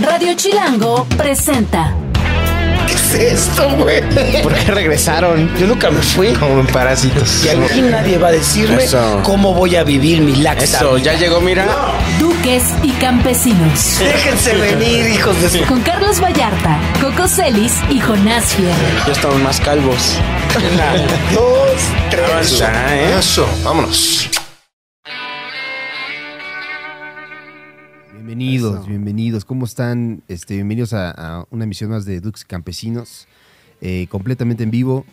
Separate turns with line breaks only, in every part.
Radio Chilango presenta.
¿Qué es esto, güey?
¿Por qué regresaron?
Yo nunca me fui.
Como en parásitos.
Y aquí nadie va a decirme
Eso.
cómo voy a vivir mi laxa.
Eso, ya llegó, mira.
Duques y campesinos.
Déjense venir, hijos de su...
Con Carlos Vallarta, Coco Celis y Jonás Fierro.
Ya estaban más calvos.
Una, dos, tres.
Avanza, ¿eh?
Eso, vámonos.
Bienvenidos, bienvenidos. ¿Cómo están? Este, bienvenidos a, a una emisión más de Dux Campesinos, eh, completamente en vivo,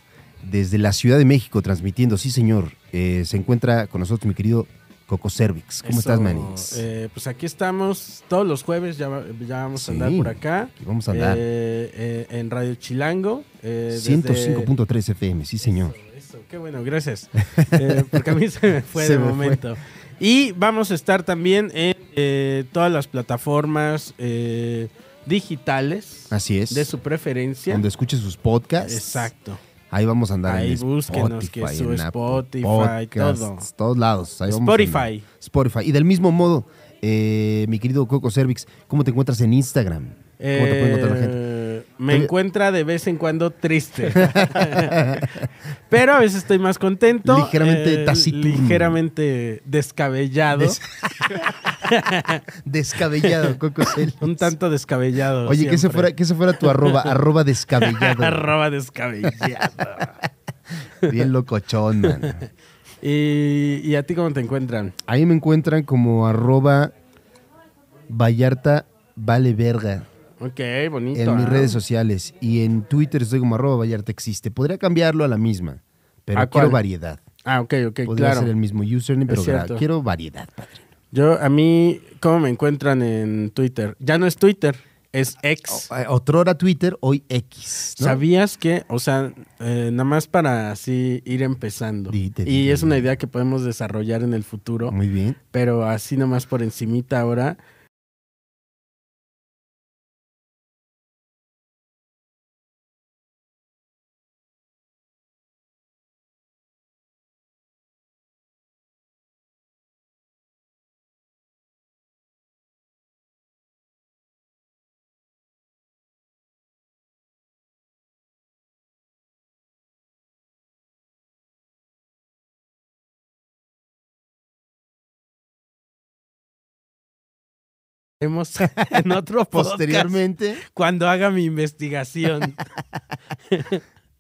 desde la Ciudad de México, transmitiendo. Sí, señor. Eh, se encuentra con nosotros mi querido Coco Cervix. ¿Cómo
Eso,
estás, Manix?
eh, pues aquí estamos todos los jueves, ya, va- ya vamos
Sí,
a andar por acá.
aquí vamos a andar.
Eh, eh, en Radio Chilango. eh, desde-
105.3 FM, sí, señor.
Eso, eso, qué bueno, gracias. Eh, porque a mí se me fue
Se
de
me fue.
momento. Y vamos a estar también en eh, todas las plataformas eh, digitales
Así es.
de su preferencia.
Donde escuche sus podcasts.
Exacto.
Ahí vamos a andar.
Ahí
en
búsquenos, que
Spotify,
su
en Apple
Spotify,
Podcasts,
todo.
Todos lados. Ahí vamos a andar.
Spotify.
Spotify. Y del mismo modo, eh, mi querido Coco Cervix, ¿cómo te encuentras en Instagram? ¿Cómo te puede encontrar la gente?
Eh, Me encuentra de vez en cuando triste. Pero a veces estoy más contento. eh,
Ligeramente taciturno.
Ligeramente descabellado.
Des- Descabellado, Coco Cervix.
un tanto descabellado.
Oye, que ese,
siempre.
fuera, que ese fuera tu arroba, arroba descabellado.
Arroba descabellado.
Bien locochón, man.
y, ¿Y a ti cómo te encuentran?
Ahí me encuentran como arroba Vallarta Vale Verga
Ok, bonito.
en mis
ah.
redes sociales. Y en Twitter estoy como arroba Vallarta Existe. Podría cambiarlo a la misma, pero
¿A
quiero
cuál?
variedad.
Ah, ok, ok,
Podría
claro.
ser el mismo username, pero
Es
gra-
cierto.
quiero variedad, padre.
Yo, a mí, ¿cómo me encuentran en Twitter? Ya no es Twitter, es ex.
O- eh, Otrora Twitter, hoy X. ¿no?
¿Sabías que, o sea, eh, nada más para así ir empezando?
Di, Mm. te
y
digo.
es una idea que podemos desarrollar en el futuro,
Muy bien.
pero así nada más por encimita ahora. Haremos en otro podcast,
Posteriormente,
cuando haga mi investigación.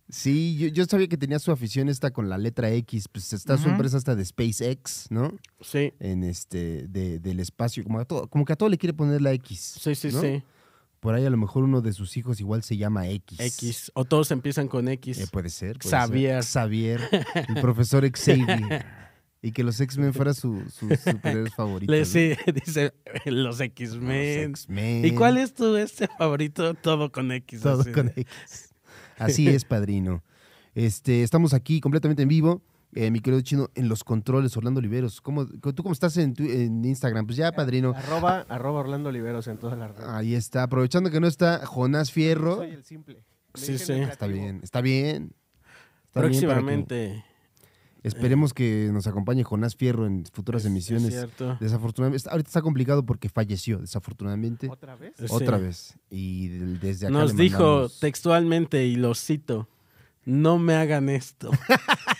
sí, yo, yo sabía que tenía su afición esta con la letra X. Pues está su
Ujú.
empresa hasta de SpaceX, ¿no?
sí,
En este, de- del espacio. Como, a todo, como que a todo le quiere poner la X.
sí, sí,
¿no?
sí.
Por ahí a lo mejor uno de sus hijos igual se llama X.
X. O todos empiezan con X.
Eh, puede ser. puede
Xavier.
ser. Xavier. El profesor Xavier. Y que los X-Men fuera su, su superhéroe favorito.
Le,
¿no?
sí, dice eh, los
Los
X-Men.
X-Men.
¿Y cuál es tu este favorito? Todo con X.
Todo
así
con
de-
X. Así es, padrino. Este, estamos aquí completamente en vivo. Eh, mi querido chino, en los controles, Orlando Oliveros. ¿Cómo, ¿Tú cómo estás en, tu- en Instagram? Pues ya, padrino.
Arroba, arroba Orlando Oliveros en todas las redes.
Ahí está. Aprovechando que no está Jonás Fierro.
Soy el simple. Me
Sí,
dicen
sí.
el
Está
creativo.
bien, está bien. Está bien para que-
Próximamente.
esperemos que nos acompañe Jonás Fierro en futuras
Es- es
emisiones.
cierto.
Desafortunadamente, está- ahorita está complicado porque falleció, desafortunadamente,
¿Otra vez?
Sí.
otra vez. Y del- desde acá
Nos
le
dijo
mandamos-
textualmente, y lo cito, no me hagan esto.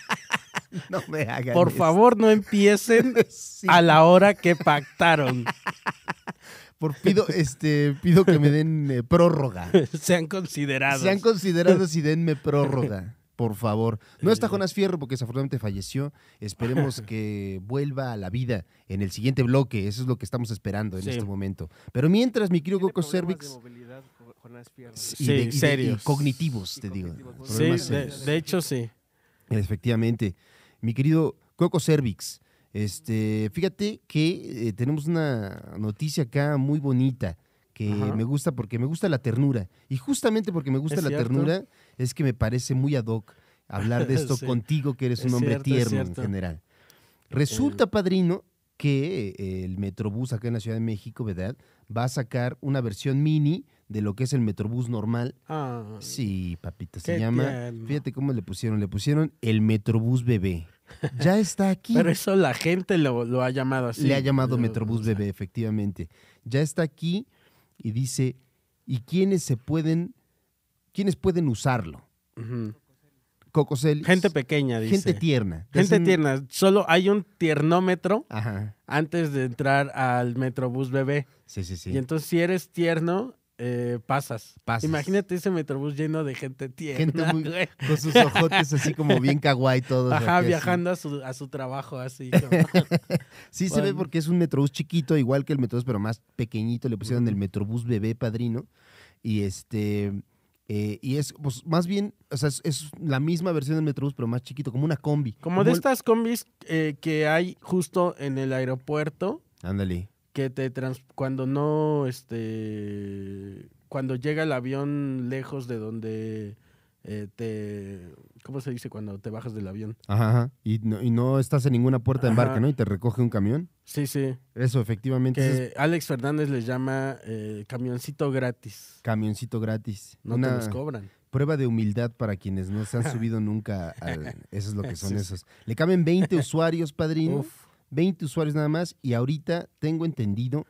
No me hagan
Por
esto.
favor, no empiecen
Sí.
a la hora que pactaron.
Por pido, este, pido que me den eh, prórroga.
Sean considerados.
Sean considerados y denme prórroga, por favor. No está Jonás Fierro porque desafortunadamente falleció. Esperemos que vuelva a la vida en el siguiente bloque. Eso es lo que estamos esperando en
Sí.
este momento. Pero mientras, mi querido
Tiene
Coco
problemas de
Cervix.
movilidad, Jo- Jonás Fierro.
y
Sí,
de- y de- y
serios.
cognitivos, te
Y
digo.
cognitivos,
Sí,
Problemas
de,
serios.
de hecho sí.
Efectivamente. Mi querido Coco Cervix, este, fíjate que eh, tenemos una noticia acá muy bonita que
Ajá.
me gusta porque me gusta la ternura. Y justamente porque me gusta
Es
la
cierto.
ternura es que me parece muy ad hoc hablar de esto
Sí.
contigo que eres un
Es
hombre
cierto, es
tierno en
cierto. Eh.
general. Resulta, padrino, que eh, el Metrobús acá en la Ciudad de México, ¿verdad? Va a sacar una versión mini de lo que es el Metrobús normal
Ah,
Sí, papita, se
Qué
llama.
tierno.
Fíjate cómo le pusieron. Le pusieron el Metrobús Bebé. Ya está aquí.
Pero eso la gente lo, lo ha llamado así.
le ha llamado
Lo-
Metrobús Bebé, efectivamente. Ya está aquí. y dice, ¿y quiénes se pueden, quiénes pueden usarlo?
Ujú.
Cocoselis.
Gente pequeña, dice.
Gente tierna. Te
Gente
hacen-
tierna. Solo hay un tiernómetro
Ajá,
antes de entrar al Metrobús bebé.
sí, sí, sí.
Y entonces, si eres tierno, eh, pasas.
Pasas.
Imagínate ese Metrobús lleno de gente tierna.
Gente muy-
güey.
Con sus ojotes así como bien kawaii todos.
Ajá,
aquí así.
viajando a su, a su trabajo así. como-
Sí, se ve
Bueno.
porque es un metrobús chiquito, igual que el metrobús, pero más pequeñito. Le pusieron el metrobús bebé padrino. Y este. eh, y es, pues, más bien, o sea, es, es la misma versión del metrobús, pero más chiquito, como una combi.
Como de
el-
estas combis eh, que hay justo en el aeropuerto,
Ándale.
que te trans- cuando no, este, cuando llega el avión lejos de donde eh, te, ¿cómo se dice cuando te bajas del avión?
Ajá, ajá. Y no, y no estás en ninguna puerta de embarque,
Ajá.
¿no? Y te recoge un camión.
Sí, sí,
Eso, efectivamente. ese es
que Alex Fernández les llama eh, camioncito gratis.
camioncito gratis.
No te
una
los cobran.
prueba de humildad para quienes no se han subido nunca al- Eso es lo que son esos. Le caben 20 usuarios, padrino.
Uf.
20 usuarios nada más y ahorita tengo entendido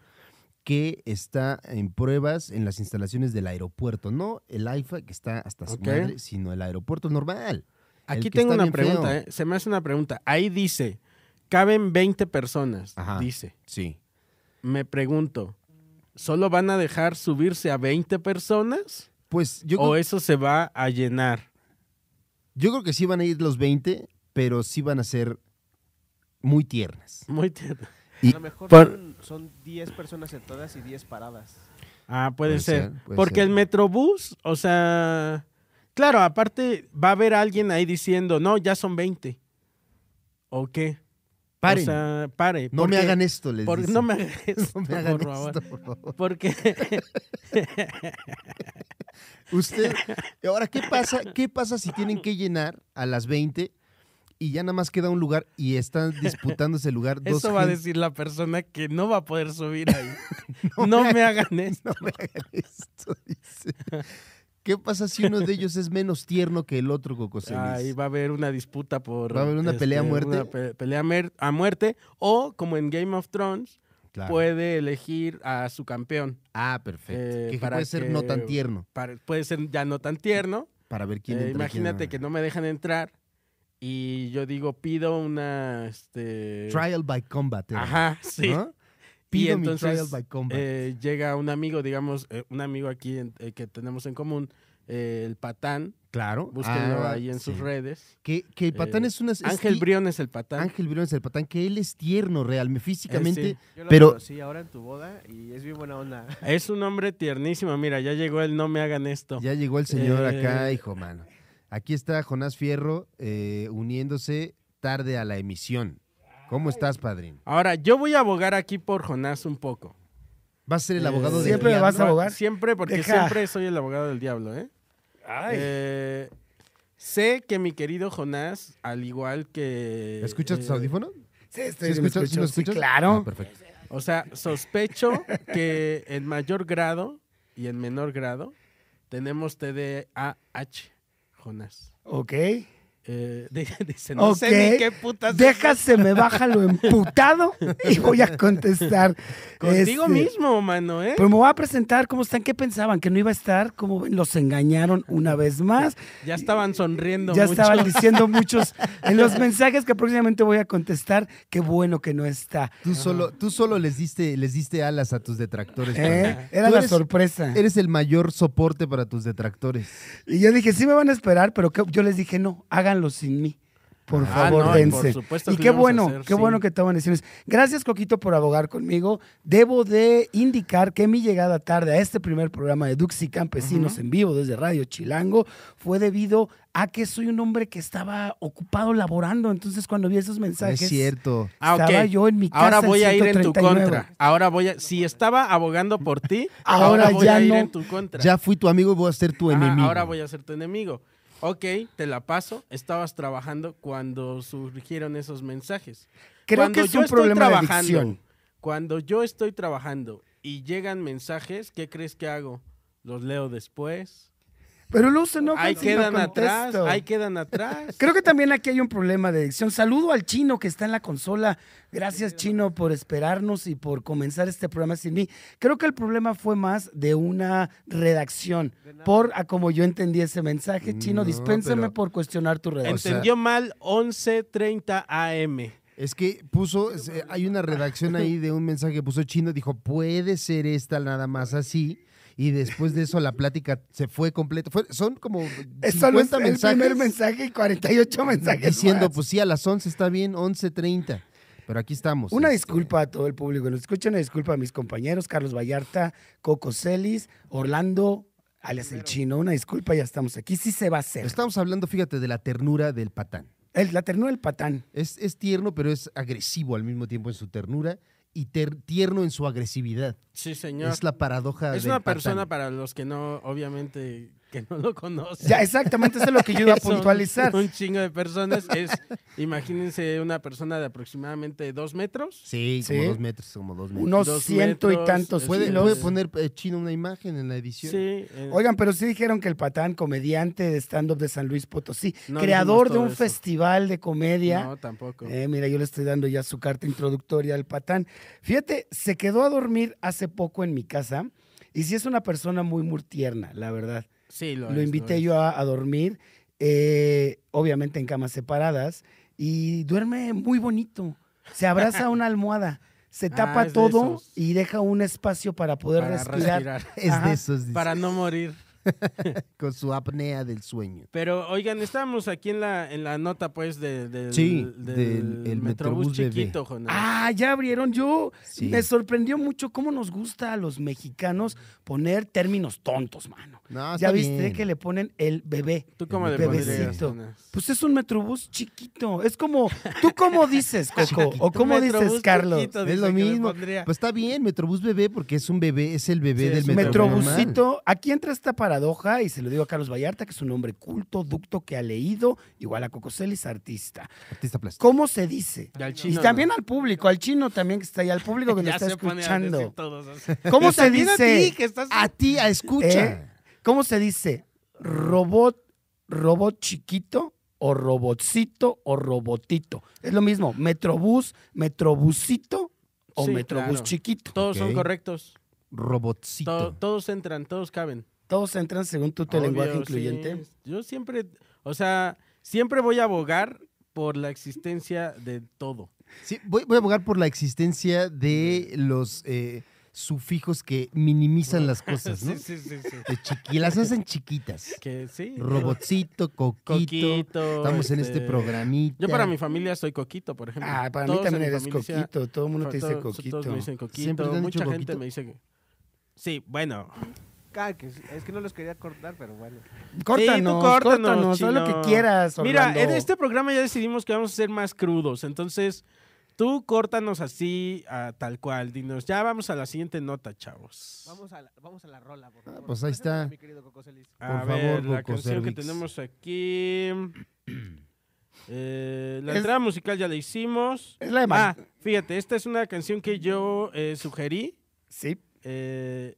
que está en pruebas en las instalaciones del aeropuerto, no el AIFA que está hasta su
Ok.
madre, sino el aeropuerto normal. el
Aquí
que
tengo
está
una
bien feo.
pregunta, eh. se me hace una pregunta. Ahí dice, caben 20 personas,
Ajá.
dice.
Sí.
Me pregunto, ¿solo van a dejar subirse a 20 personas
Pues yo,
o
creo,
eso se va a llenar?
yo creo que sí van a ir los 20, pero sí van a ser muy tiernas.
Muy tierno.
Y-
a lo mejor
por-
son- son 10 personas sentadas y 10 paradas.
Ah, puede,
Puede
ser.
ser, puede
Porque
ser.
el Metrobús, o sea, claro, aparte va a haber alguien ahí diciendo, no, ya son 20. ¿O qué? O
Paren,
sea, pare.
no me
porque-
hagan esto, les
por-
dice.
no me hagan esto,
No me hagan
por favor.
esto, por favor.
Porque
Usted, ahora, ¿qué pasa, ¿qué pasa si tienen que llenar a las 20 y ya nada más queda un lugar y están disputándose el lugar dos
eso va a
gente?
decir la persona que no va a poder subir ahí. no, me hagan esto.
No me hagan esto, dice. ¿Qué pasa si uno de ellos es menos tierno que el otro, Coco Celis?
Ahí va a haber una disputa por. este,
Va a haber una pelea a muerte.
una pe- pelea mer- a muerte. O, como en Game of Thrones,
Claro.
puede elegir a su campeón.
ah, perfecto.
Pues, eh,
que
para
puede ser no
que-
tan tierno
Para- puede ser ya no tan tierno.
para ver quién
Eh,
entra y quién
imagínate que no me dejan entrar. Y yo digo, pido una. Este...
Trial by combat. era,
Ajá, sí.
¿no?
Y
Pido mi
entonces,
trial by combat.
eh, llega un amigo, digamos, eh, un amigo aquí en- eh, que tenemos en común, eh, el Patán.
claro.
Búsquenlo
Ah,
ahí en sus
sí.
redes.
Que, que el patán
Eh,
es una... es
Ángel
ti-
Brión es el Patán.
Ángel Brión es el patán, que él es tierno realmente, físicamente.
Eh,
Yo lo
Pero-
conocí ahora en tu boda y es bien buena onda.
Es un hombre tiernísimo. Mira, ya llegó el no me hagan esto.
Ya llegó el señor acá,
Eh.
hijo mano. Aquí está Jonás Fierro eh, uniéndose tarde a la emisión. ¿Cómo estás, padrín?
Ahora, yo voy a abogar aquí por Jonás un poco.
¿Vas a ser el
Eh,
abogado de
siempre me vas a- abogar?
Siempre, porque
Deja.
siempre soy el abogado del diablo, ¿eh? Eh, sé que mi querido Jonás, al igual que.
¿Escuchas tus
eh,
audífonos?
Sí,
¿Sí
estoy bien,
escuchas? ¿Sí
escucho,
lo
sí,
escuchas? Ah,
claro.
perfecto.
O sea, sospecho que en mayor grado y en menor grado tenemos TDAH, Jonás.
Ok.
Eh, di- dice, no sé
Ok.
ni qué putas.
Déjase, me baja lo emputado y voy a contestar.
Contigo
Este,
mismo, mano, ¿eh?
Pues me voy a presentar, ¿cómo están? ¿Qué pensaban? ¿Que no iba a estar? ¿Cómo ven? Los engañaron una vez más.
Ya estaban sonriendo
ya
mucho.
estaban diciendo muchos en los mensajes que próximamente voy a contestar. Qué bueno que no está.
Tú solo, tú solo les, diste, les diste alas a tus detractores.
¿eh?
padrín.
Era
Pues, Tú
la
eres-
sorpresa.
Eres el mayor soporte para tus detractores.
Y yo dije, sí me van a esperar, pero que- yo les dije, no, háganlo sin mí. Por
Ah,
favor,
no, por
dense.
supuesto
y
que
qué
lo íbamos a
bueno,
hacer,
qué
sí.
bueno que toman decisiones. Gracias, Coquito, por abogar conmigo. Debo de indicar que mi llegada tarde a este primer programa de Duxi Campesinos en vivo desde Radio Chilango fue debido a que soy un hombre que estaba ocupado laborando. Entonces, cuando vi esos
No
mensajes,
es cierto.
Ah, ok.
Estaba yo en mi
Ahora
casa,
voy a ir en tu
139.
contra. Ahora voy a. Si estaba abogando por ti,
Ahora
ahora, voy
ya
a ir
no.
en tu contra.
Ya fui tu amigo y voy a ser tu
Ajá,
enemigo.
ahora voy a ser tu enemigo. Ok, te la paso. Estabas trabajando cuando surgieron esos mensajes.
creo
Cuando
que es
yo
un
estoy
problema de
trabajando,
adicción.
Cuando yo estoy trabajando y llegan mensajes, ¿qué crees que hago? ¿Los leo después?
Pero luego se enojan
Ahí
si no
quedan
contesto.
atrás, ahí quedan atrás.
Creo que también aquí hay un problema de adicción. Saludo al chino que está en la consola. Gracias, chino, por esperarnos y por comenzar este programa sin mí. Creo que el problema fue más de una redacción. Por a como yo entendí ese mensaje, chino,
No,
dispénsame
pero-
por cuestionar tu redacción.
sea-
Entendió mal 11:30 AM.
Es que puso, es- eh, hay una redacción ahí de un mensaje que puso chino, dijo, puede ser esta nada más así. Y después de eso la plática se fue completa. Fue- son como 50
Es solo es el
mensajes
primer mensaje y 48 mensajes.
diciendo,
más.
pues sí, a las 11 está bien, 11.30. Pero aquí estamos.
Una
este,
disculpa a todo el público. Nos escucha una disculpa a mis compañeros, Carlos Vallarta, Coco Celis, Orlando, alias el chino. Una disculpa, ya estamos aquí. Sí se va a hacer.
Estamos hablando, fíjate, de la ternura del patán.
El- la ternura del patán.
Es, es tierno, pero es agresivo al mismo tiempo en su ternura y ter- tierno en su agresividad.
Sí, señor.
Es la paradoja
Es
del
una
patán.
persona para los que no, obviamente, que no lo conocen.
Ya, exactamente, eso es lo que yo iba a
Son
puntualizar.
Un chingo de personas. Es, imagínense una persona de aproximadamente dos metros.
Sí,
Sí.
como dos metros, como dos metros.
Unos
dos
ciento y
metros,
tantos
¿Puede,
kilos.
puede poner eh, chino una imagen en la edición?
Sí. eh,
Oigan, pero sí dijeron que el patán, comediante de stand-up de San Luis Potosí,
No dijimos
creador de
todo
un
eso.
festival de comedia.
no, tampoco.
Eh, mira, yo le estoy dando ya su carta introductoria al patán. Fíjate, se quedó a dormir hace poco en mi casa y sí es una persona muy, muy tierna, la verdad.
sí, lo,
Lo
es,
invité
es.
yo a, a dormir, eh, obviamente en camas separadas, y duerme muy bonito. Se abraza a una almohada, se
Ah,
tapa
es de
todo
esos.
y deja un espacio para poder
Para
respirar.
respirar,
Es
Ajá.
de esos, dice,
Para no morir.
con su apnea del sueño.
Pero oigan, estábamos aquí en la, en la nota pues de- del,
Sí,
del
del-
Metrobús,
el Metrobús bebé.
chiquito, Jonás.
Ah, ya abrieron. Yo
Sí.
me sorprendió mucho cómo nos gusta a los mexicanos poner términos tontos, mano.
Ah,
No,
ya
está
viste
bien.
que le ponen el bebé.
¿Tú cómo le pondrías,
Bebecito.
Jonás?
Pues es un metrobús chiquito. Es como, ¿tú cómo dices, Coco? ¿O cómo dices,
Metrobús
Carlos?
chiquito,
Es
dice
lo
que le
mismo.
pondría.
Pues está bien, Metrobús bebé, porque es un bebé, es el
Sí,
bebé del
es un
Metrobús. normal.
Metrobusito, aquí entra esta paradoja, y se lo digo a Carlos Vallarta, que es un hombre culto, ducto, que ha leído, igual a Cocoselis, artista.
Artista plástico.
¿Cómo se dice?
Y al
Y
chino,
también al público, al chino también que está ahí, al público Pues, que nos
Ya
está
se pone a decir
escuchando.
todos así.
¿Cómo se
También a ti,
dice?
que estás-
A ti, a
¿Eh?
escucha.
¿Cómo se dice? ¿Robot, robot chiquito o robotcito o robotito? Es lo mismo, metrobús, metrobusito o
Sí,
metrobús
claro.
chiquito.
Todos son
Ok.
correctos.
Robotcito.
To- todos entran, todos caben.
Todos entran según tu tu
Obvio,
lenguaje
sí.
incluyente.
Yo siempre, o sea, siempre voy a abogar por la existencia de todo.
Sí, voy, voy a abogar por la existencia de los eh, sufijos que minimizan las cosas, ¿no?
Sí, sí, sí, sí.
De chiqui- las hacen chiquitas.
Que sí.
Robotcito, coquito.
Coquito,
Estamos en este
este,
programita.
Yo para mi familia soy coquito, por ejemplo.
Ah, para mí
Todos en
también
mi
eres
familia-
coquito. Todo el mundo te dice
todos- Todos
coquito.
me dicen coquito.
¿Siempre te han
Mucha
dicho
gente
coquito?
me dice que- Sí, bueno.
Cada que- es que no los quería cortar, pero bueno.
Córtanos,
Sí, tú
córtanos, haz
chino.
lo que quieras.
Mira,
Orlando.
en este programa ya decidimos que vamos a ser más crudos. Entonces, tú córtanos así, a tal cual. Dinos, ya vamos a la siguiente nota, chavos.
Vamos a la, vamos a la rola, por favor.
pues ahí
Preséntame a
está.
Mi querido Coco Celis.
A ver,
Por favor,
la
Coco
canción que
Cervix.
tenemos aquí. eh, la
Es-
entrada musical ya la hicimos.
Es la de
Ah,
Mar-
fíjate, esta es una canción que yo eh, sugerí.
Sí,
eh,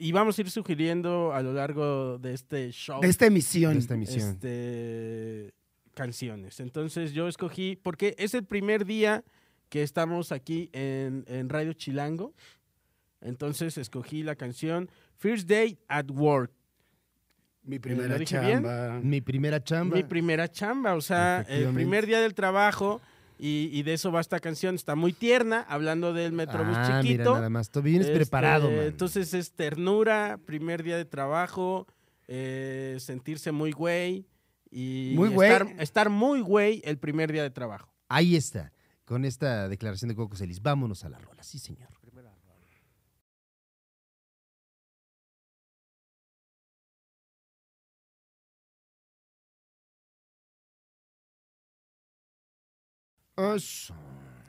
y vamos a ir sugiriendo a lo largo de este show.
de esta emisión.
De esta em- emisión.
este, canciones. Entonces yo escogí, porque es el primer día que estamos aquí en, en Radio Chilango. Entonces escogí la canción First Day at Work.
Mi
¿Lo
primera
dije bien?
chamba.
Mi primera chamba.
Mi primera chamba, o sea, el
Efectivamente.
primer día del trabajo. Y, y de eso va esta canción. Está muy tierna, hablando del Metrobús
ah,
chiquito.
mira, nada más. Tú vienes
Este,
preparado, man.
Entonces es ternura, primer día de trabajo, eh, sentirse muy güey y
Muy güey.
estar, estar muy güey el primer día de trabajo.
Ahí está. Con esta declaración de Coco Celis. Vámonos a la rola. Sí, señor. Eso.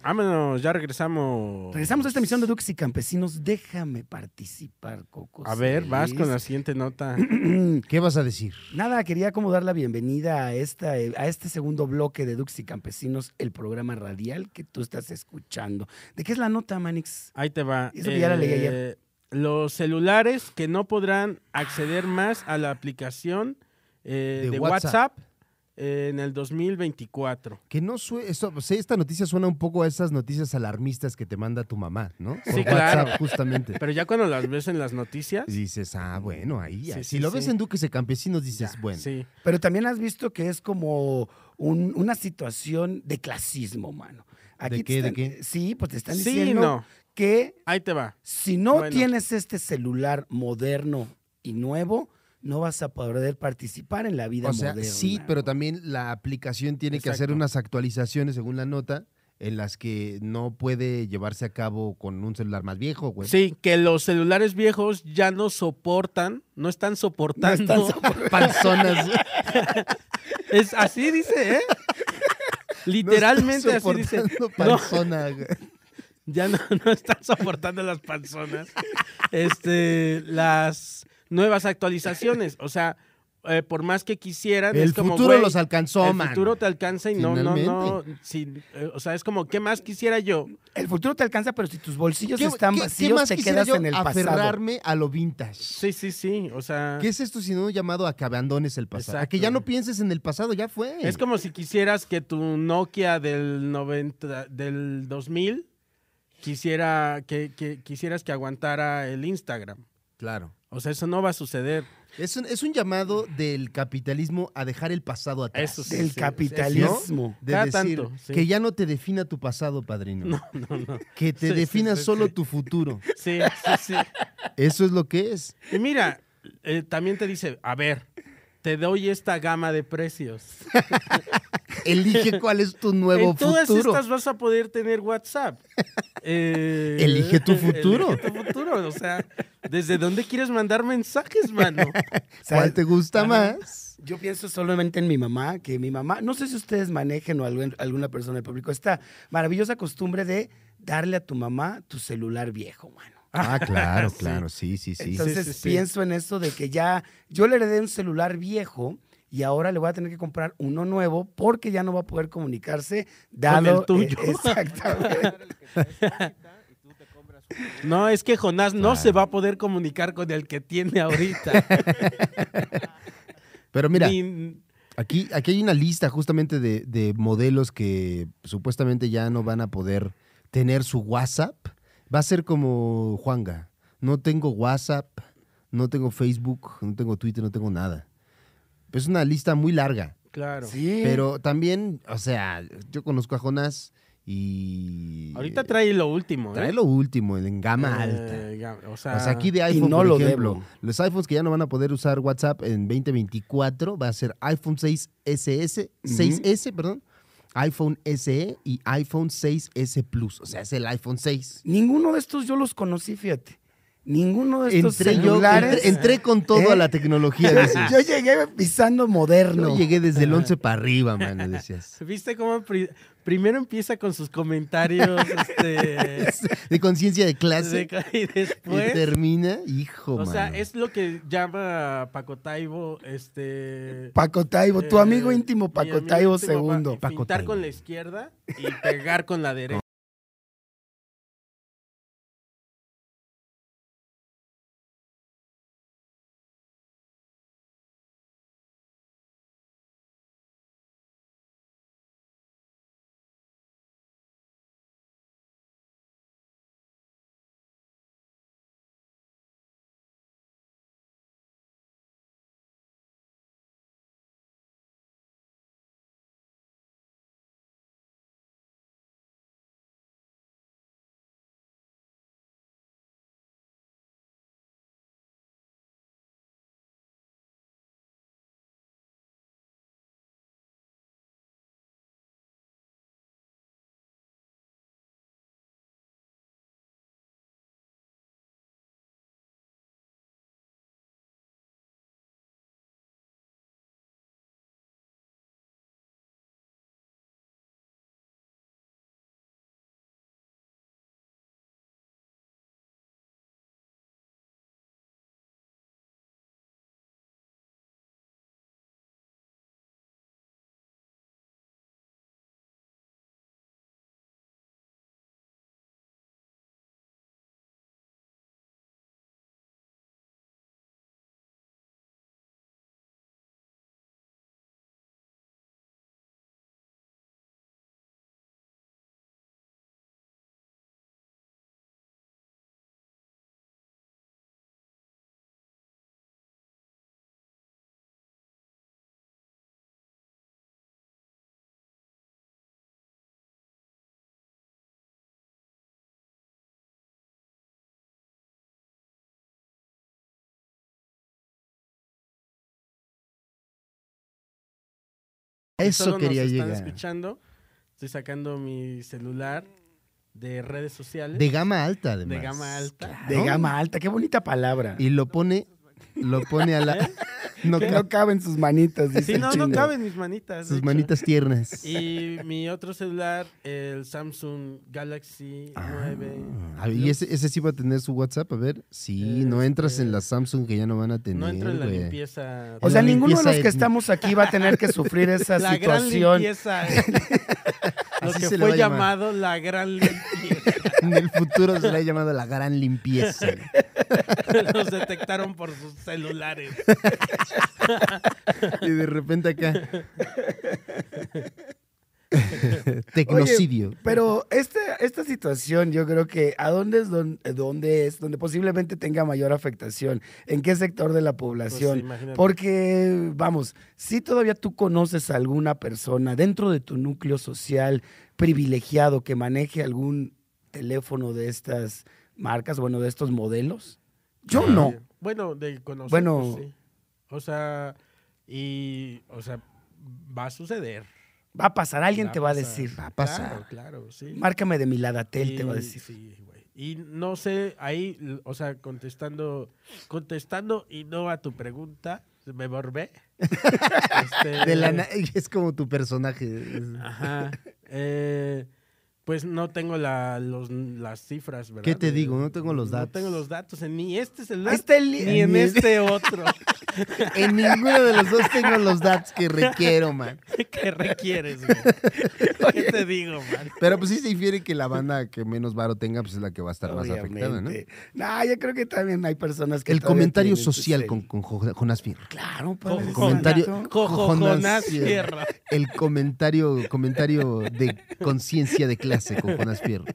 Vámonos, ya regresamos.
Regresamos a esta emisión de Dux y Campesinos. Déjame participar, Coco.
A ver, vas con
Celis.
la siguiente nota.
¿Qué vas a decir?
Nada, quería como dar la bienvenida a, esta, eh, a este segundo bloque de Dux y Campesinos, el programa radial que tú estás escuchando. ¿De qué es la nota, Manix?
Ahí te va. Eh,
Eso que ya la leí ayer.
los celulares que no podrán acceder más a la aplicación eh,
De
de,
WhatsApp.
WhatsApp, eh, en el 2024.
Que no sue- esto, pues, esta noticia suena un poco a esas noticias alarmistas que te manda tu mamá, ¿no? Por
Sí, claro.
WhatsApp, justamente.
Pero ya cuando las ves en las noticias,
Y Dices, ah, bueno, ahí.
Sí,
ahí.
sí,
si lo
sí.
ves en Duques de Campesinos, dices, bueno.
sí.
Pero también has visto que es como un- una situación de clasismo, mano.
¿De
te
qué, de
están-
qué?
Sí, pues te están
Sí,
diciendo
no.
que
Ahí te va.
si no
Bueno.
tienes este celular moderno y nuevo, no vas a poder participar en la vida
O sea,
moderna.
sí, pero también la aplicación tiene que hacer
Exacto.
unas actualizaciones, según la nota, en las que no puede llevarse a cabo con un celular más viejo, güey.
Sí, que los celulares viejos ya no soportan, no están
No
soportando.
están sopor-
Panzonas. güey.
Es así dice, ¿eh? Literalmente
No está
así dice.
soportando
No,
panzona, güey.
ya no, no están soportando las panzonas. Este, las nuevas actualizaciones. O sea, eh, por más que quisieran,
El
es como,
futuro
güey,
los alcanzó,
El
man.
futuro te alcanza y no, no, no.
Finalmente.
sí, eh, o sea, es como, ¿qué más quisiera yo?
El futuro te alcanza, pero si tus bolsillos
¿Qué-
están
qué- qué
vacíos,
más
te
quisiera
quedas
yo
en el pasado.
aferrarme a lo vintage.
Sí, sí, sí. O sea,
¿Qué es esto sino un llamado a que abandones el pasado? A
Ah. Exacto.
que ya no pienses en el pasado, ya fue.
es como si quisieras que tu Nokia del 90, del 2000 quisiera que, que quisieras que aguantara el Instagram.
Claro.
O sea, eso no va a suceder.
Es un, es un llamado del capitalismo a dejar el pasado atrás.
Eso sí.
Del capitalismo.
De
Cada
decir
tanto, sí.
que ya no te defina tu pasado, padrino.
No, no.
Que te
Sí, sí,
defina
sí,
solo
sí.
tu futuro.
Sí, sí, sí.
Eso es lo que es.
Y mira, eh, también te dice, a ver, te doy esta gama de precios.
Elige cuál es tu nuevo
en todas
futuro.
estas vas a poder tener WhatsApp. Eh,
Elige tu futuro.
Elige tu futuro. O sea, ¿desde dónde quieres mandar mensajes, mano?
O sea,
¿Cuál te gusta
Ajá.
más?
Yo pienso solamente en mi mamá, que mi mamá, no sé si ustedes manejen o algún- alguna persona del público, esta maravillosa costumbre de darle a tu mamá tu celular viejo, mano.
Ah, claro,
Sí.
claro. Sí, sí, sí.
Entonces
Sí, sí, sí.
pienso en esto de que ya yo le heredé un celular viejo y ahora le voy a tener que comprar uno nuevo porque ya no va a poder comunicarse dado eh,
Con el tuyo.
exactamente.
el que traes ahorita y tú te compras uno.
No, es que Jonás no
Claro.
se va a poder comunicar con el que tiene ahorita.
Pero mira,
Ni-
Aquí, aquí hay una lista justamente de, de modelos que supuestamente ya no van a poder tener su WhatsApp. Va a ser como Juanga. No tengo WhatsApp, no tengo Facebook, no tengo Twitter, no tengo nada. Es una lista muy larga.
claro.
Sí.
Pero también, o sea, yo conozco a Jonás y...
Ahorita trae lo último. ¿eh?
Trae lo último, en gama alta.
Eh, gama- o sea,
O sea, aquí de iPhone,
no
por
lo
ejemplo,
debo.
los iPhones que ya no van a poder usar WhatsApp en 2024 va a ser iPhone 6 SS, 6S, perdón, iPhone SE y iPhone 6S Plus. O sea, es el iPhone 6.
Ninguno de estos yo los conocí, fíjate. Ninguno de estos
Entré, yo,
celulares.
entré, entré con todo
¿Eh?
a la tecnología, dices.
yo llegué pisando
Yo
moderno.
llegué desde el 11 para arriba, mano, decías.
¿Viste cómo pri- primero empieza con sus comentarios este,
De conciencia de clase.
de- y
y
después
termina, hijo,
O sea,
mano.
es lo que llama Paco Taibo, este...
Paco Taibo, tu
eh,
amigo íntimo
mi
Paco
amigo
Taibo
íntimo,
segundo.
pa-
Paco
Pintar
Taibo.
con la izquierda y pegar con la derecha. que
Eso
solo
quería
nos están
llegar.
escuchando. Estoy sacando mi celular de redes sociales.
De gama alta, además.
¿eh? de gama alta.
De
¿No?
gama alta, qué bonita palabra.
Y lo pone, lo pone a
¿Eh?
la... No,
que
ca-
no caben sus manitas, dice
Sí,
el
no, no
chino.
caben mis manitas. de
sus
hecho.
manitas tiernas.
Y mi otro celular, el Samsung Galaxy
Ah,
9.
a ver, y ese, ese sí va a tener su WhatsApp, a ver. Sí, no entras en la Samsung que ya no van a tener.
Este No entra en la
güey.
limpieza.
O sea,
La
ninguno de los que
limpieza
estamos aquí va a tener que sufrir esa
la gran
situación.
limpieza. eh, Lo
Así
que
se le va
fue
a llamar.
llamado la gran limpieza.
En el futuro se le ha llamado la gran limpieza.
Los detectaron por sus celulares.
Y de repente acá. Tecnocidio.
Pero esta, esta situación, yo creo que ¿a dónde es don- eh, dónde es donde posiblemente tenga mayor afectación? ¿En qué sector de la población?
Pues, imagínate.
Porque, vamos, si todavía tú conoces a alguna persona dentro de tu núcleo social privilegiado que maneje algún teléfono de estas marcas, bueno, de estos modelos, yo no.
Bueno, de conocer.
Bueno.
pues, sí. O sea, y. O sea, va a suceder.
Va a pasar, alguien te va a
pasar.
decir.
Va a pasar.
Claro, claro, sí.
Márcame de mi ladatel, te va a
Y-
decir.
sí, güey. Y no sé, ahí, l- o sea, contestando, contestando y no a tu pregunta, me morbé. Este,
De la na- es como tu personaje.
Ajá. Eh, pues no tengo la, los, las cifras, ¿verdad?
¿Qué te
De-
digo? No tengo los datos.
No tengo los datos en ni este celular
Ahí está el li-
ni en
Ni-
este otro
En ninguno de los dos tengo los datos que requiero, man.
que requieres, güey. ¿Qué te digo, man?
Pero pues sí se infiere que la banda que menos varo tenga, pues es la que va a estar más afectada, ¿no?
Obviamente. No, yo creo que también hay personas que.
El
todavía
comentario
tienen este
social con,
cel.
con Jo- Jonas Fierro.
Claro,
Con-
padre.
El comentario.
santo.
Jo- jo-
Jonas
Jonás
Fierro.
Fierro.
El comentario, comentario de conciencia de clase con Jonas Fierro.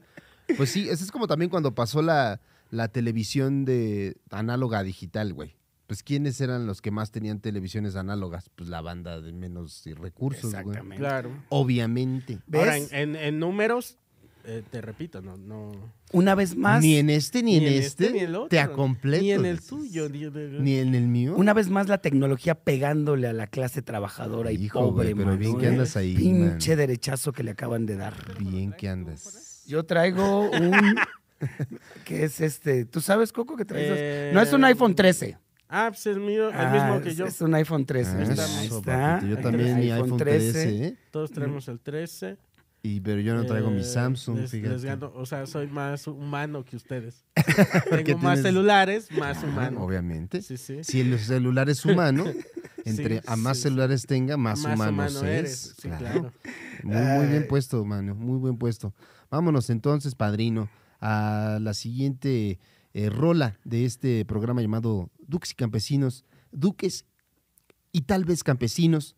Pues sí, eso es como también cuando pasó la, la televisión de análoga a digital, güey. Pues quiénes eran los que más tenían televisiones análogas? Pues la banda de menos recursos, güey.
Exactamente.
Claro.
Obviamente.
¿Ves?
Ahora, en, en- en números, eh, te repito, no, no.
Una vez más,
Ni en este, ni,
ni
en este,
ni en el otro,
te acompleto.
Ni en el
dices.
tuyo. Ni, en el-
Ni en el mío.
una vez más la tecnología pegándole a la clase trabajadora y
Hijo, güey,
pobre,
pero
mano,
bien que
¿eh?
andas ahí,
Pinche
man.
derechazo que le acaban de dar.
Bien que andas.
Yo traigo un. que es este? ¿Tú sabes, Coco, que traes? dos?
Eh,
No es un iPhone 13.
Ah, pues el mío, el
Ah,
mismo que
es-
yo.
Es un iPhone 13.
Ah,
Ahí
eso,
está.
papito, Yo
Ahí
también
pues, está.
mi iPhone 13, ¿eh?
Todos traemos el 13.
Y, pero yo no traigo mi
Eh,
Samsung,
les-
fíjate.
les gano- o sea, soy más humano que ustedes.
Porque
Tengo más
tienes-
celulares, más
Ah,
humano.
Obviamente.
Sí, sí.
Si el celular es humano, entre
Sí,
a más
sí,
celulares tenga, más,
Más
humano,
humano
es.
eres. Sí,
claro.
claro.
Muy, muy bien puesto, mano. Muy buen puesto. Vámonos entonces, padrino, a la siguiente eh, rola de este programa llamado Dux y Campesinos. Duques y tal vez campesinos.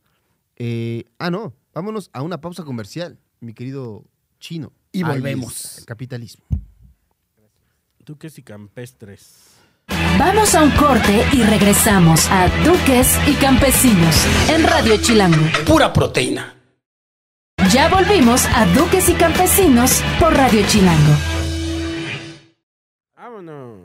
Eh, ah, no. Vámonos a una pausa comercial, mi querido chino.
Y
Alias
volvemos.
Capitalismo.
Tú que si campestres.
Vamos a un corte y regresamos a Duques y Campesinos en Radio Chilango.
Pura proteína.
Ya volvimos a Duques y Campesinos por Radio Chilango.
Vámonos.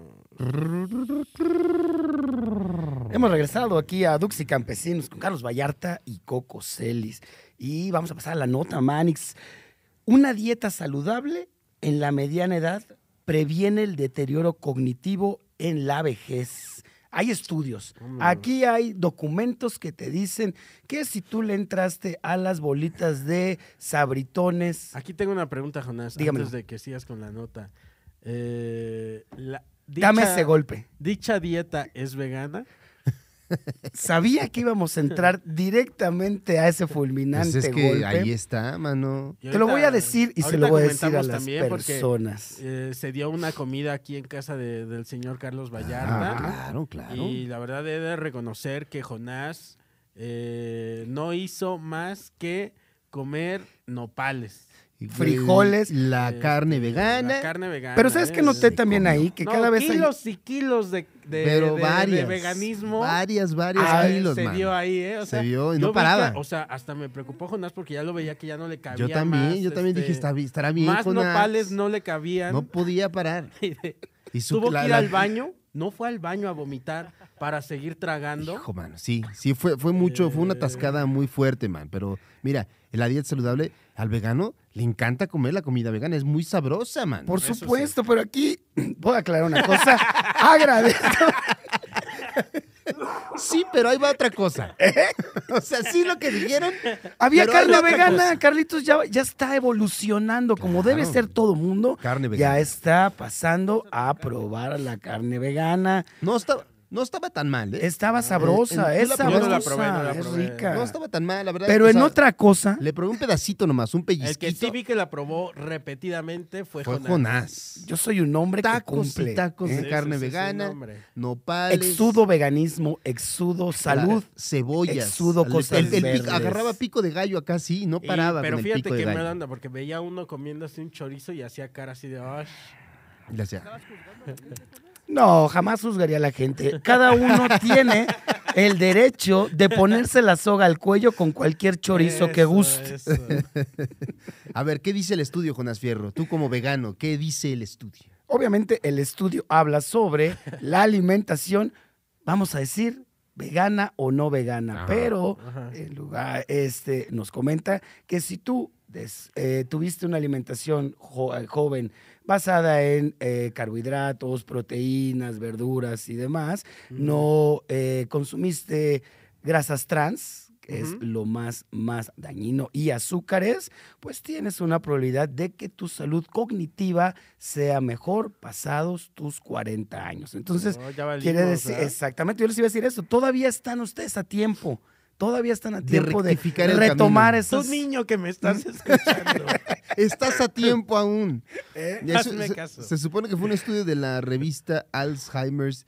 Hemos regresado aquí a Dux y Campesinos con Carlos Vallarta y Coco Celis. Y vamos a pasar a la nota, Manix. Una dieta saludable en la mediana edad previene el deterioro cognitivo en la vejez. Hay estudios. Aquí hay documentos que te dicen que si tú le entraste a las bolitas de sabritones,
Aquí tengo una pregunta, Jonás.
Dígamelo.
Antes de que sigas con la nota. Eh, la-
dame
dicha-
ese golpe.
¿Dicha dieta es vegana?
Sabía que íbamos a entrar directamente a ese fulminante
Pues es que
golpe.
ahí está, mano.
Y
Te lo
ahorita-
voy a decir y se
ahorita
lo voy a decir a
comentamos
las
también porque,
personas.
eh, se dio una comida aquí en casa de- del señor Carlos
Ah,
Vallarta.
claro, claro.
Y la verdad he de reconocer que Jonás eh, no hizo más que comer nopales.
Y, güey,
frijoles,
La
Eh,
carne
La
vegana.
carne vegana.
Pero ¿sabes
¿eh?
qué noté
sí,
también
cómo
ahí?
no.
Que
No,
cada vez hay...
kilos y kilos de, de-
pero
de- de
varias.
veganismo.
Varias, varios
Ah,
kilos,
se
mano.
dio ahí, ¿eh? O
Se
sea,
vio y
yo
no
vi que-
paraba.
o sea, hasta me preocupó Jonás porque ya lo veía que ya no le cabía
yo también,
más,
yo también dije,
este,
"Está bien- estará bien,
Más
Jonás".
nopales no le cabían.
No podía parar. Y su,
Tuvo
la-
que ir
la-
al baño no fue al baño a vomitar para seguir tragando.
Hijo, mano, sí, sí, fue, fue mucho, fue una
Eh.
tascada muy fuerte, man. Pero mira, en la dieta saludable, al vegano le encanta comer la comida vegana, es muy sabrosa, man.
Por
Eso
supuesto, pero aquí voy a aclarar una cosa. Agradezco.
Sí, pero ahí va otra cosa.
¿Eh?
o sea, sí lo que dijeron.
Había
Pero
carne
hay otra
vegana.
cosa.
Carlitos ya, ya está evolucionando como debe
Claro.
ser todo mundo.
Carne
Ya
vegana.
está pasando a probar la carne vegana.
No estaba, no estaba tan mal, ¿eh?
Estaba sabrosa,
eh,
es
yo no la
sabrosa,
probé, no la
es
probé.
rica.
No estaba tan mal, la verdad.
Pero
o
en
sea,
otra cosa,
Le probé un pedacito nomás, un
El que
pellizquito.
sí vi que la probó repetidamente fue,
fue
Jonás.
Jonás.
yo soy un hombre que
Tacos y
cumple. ¿eh?
tacos
Sí,
de
sí,
carne
sí, sí,
vegana,
no, hombre.
nopales.
Exudo veganismo, exudo salud.
la- cebollas.
exudo
al-
cosas
el- el pico-
verdes.
agarraba pico de gallo acá, sí, no
Y-
paraba.
pero
con el
fíjate
pico de
que me
gallo.
da onda, porque veía uno comiéndose un chorizo y hacía cara así de, "Ay,
Y le hacía,
No, jamás juzgaría a la gente. Cada uno tiene el derecho de ponerse la soga al cuello con cualquier chorizo que
eso,
guste.
eso".
A ver, ¿qué dice el estudio, Jonás Fierro? Tú como vegano, ¿qué dice el estudio?
Obviamente el estudio habla sobre la alimentación, vamos a decir, vegana o no vegana,
Ajá,
pero
ajá.
el lugar, este, nos comenta que si tú des- eh, tuviste una alimentación jo- eh, joven basada en eh, carbohidratos, proteínas, verduras y demás, no eh, consumiste grasas trans que es
Ujú.
lo más, más dañino, y azúcares, pues tienes una probabilidad de que tu salud cognitiva sea mejor pasados tus 40 años. Entonces,
No, ya valimos,
quiere decir,
¿verdad?
exactamente, yo les iba a decir eso, todavía están ustedes a tiempo, todavía están a
De
tiempo de,
rectificar el
retomar
camino.
Tú
esas...
niño que me estás escuchando.
Estás a tiempo aún.
¿Eh?
Y eso-
Hazme
se-
caso.
Se, supone que fue un estudio de la revista Alzheimer's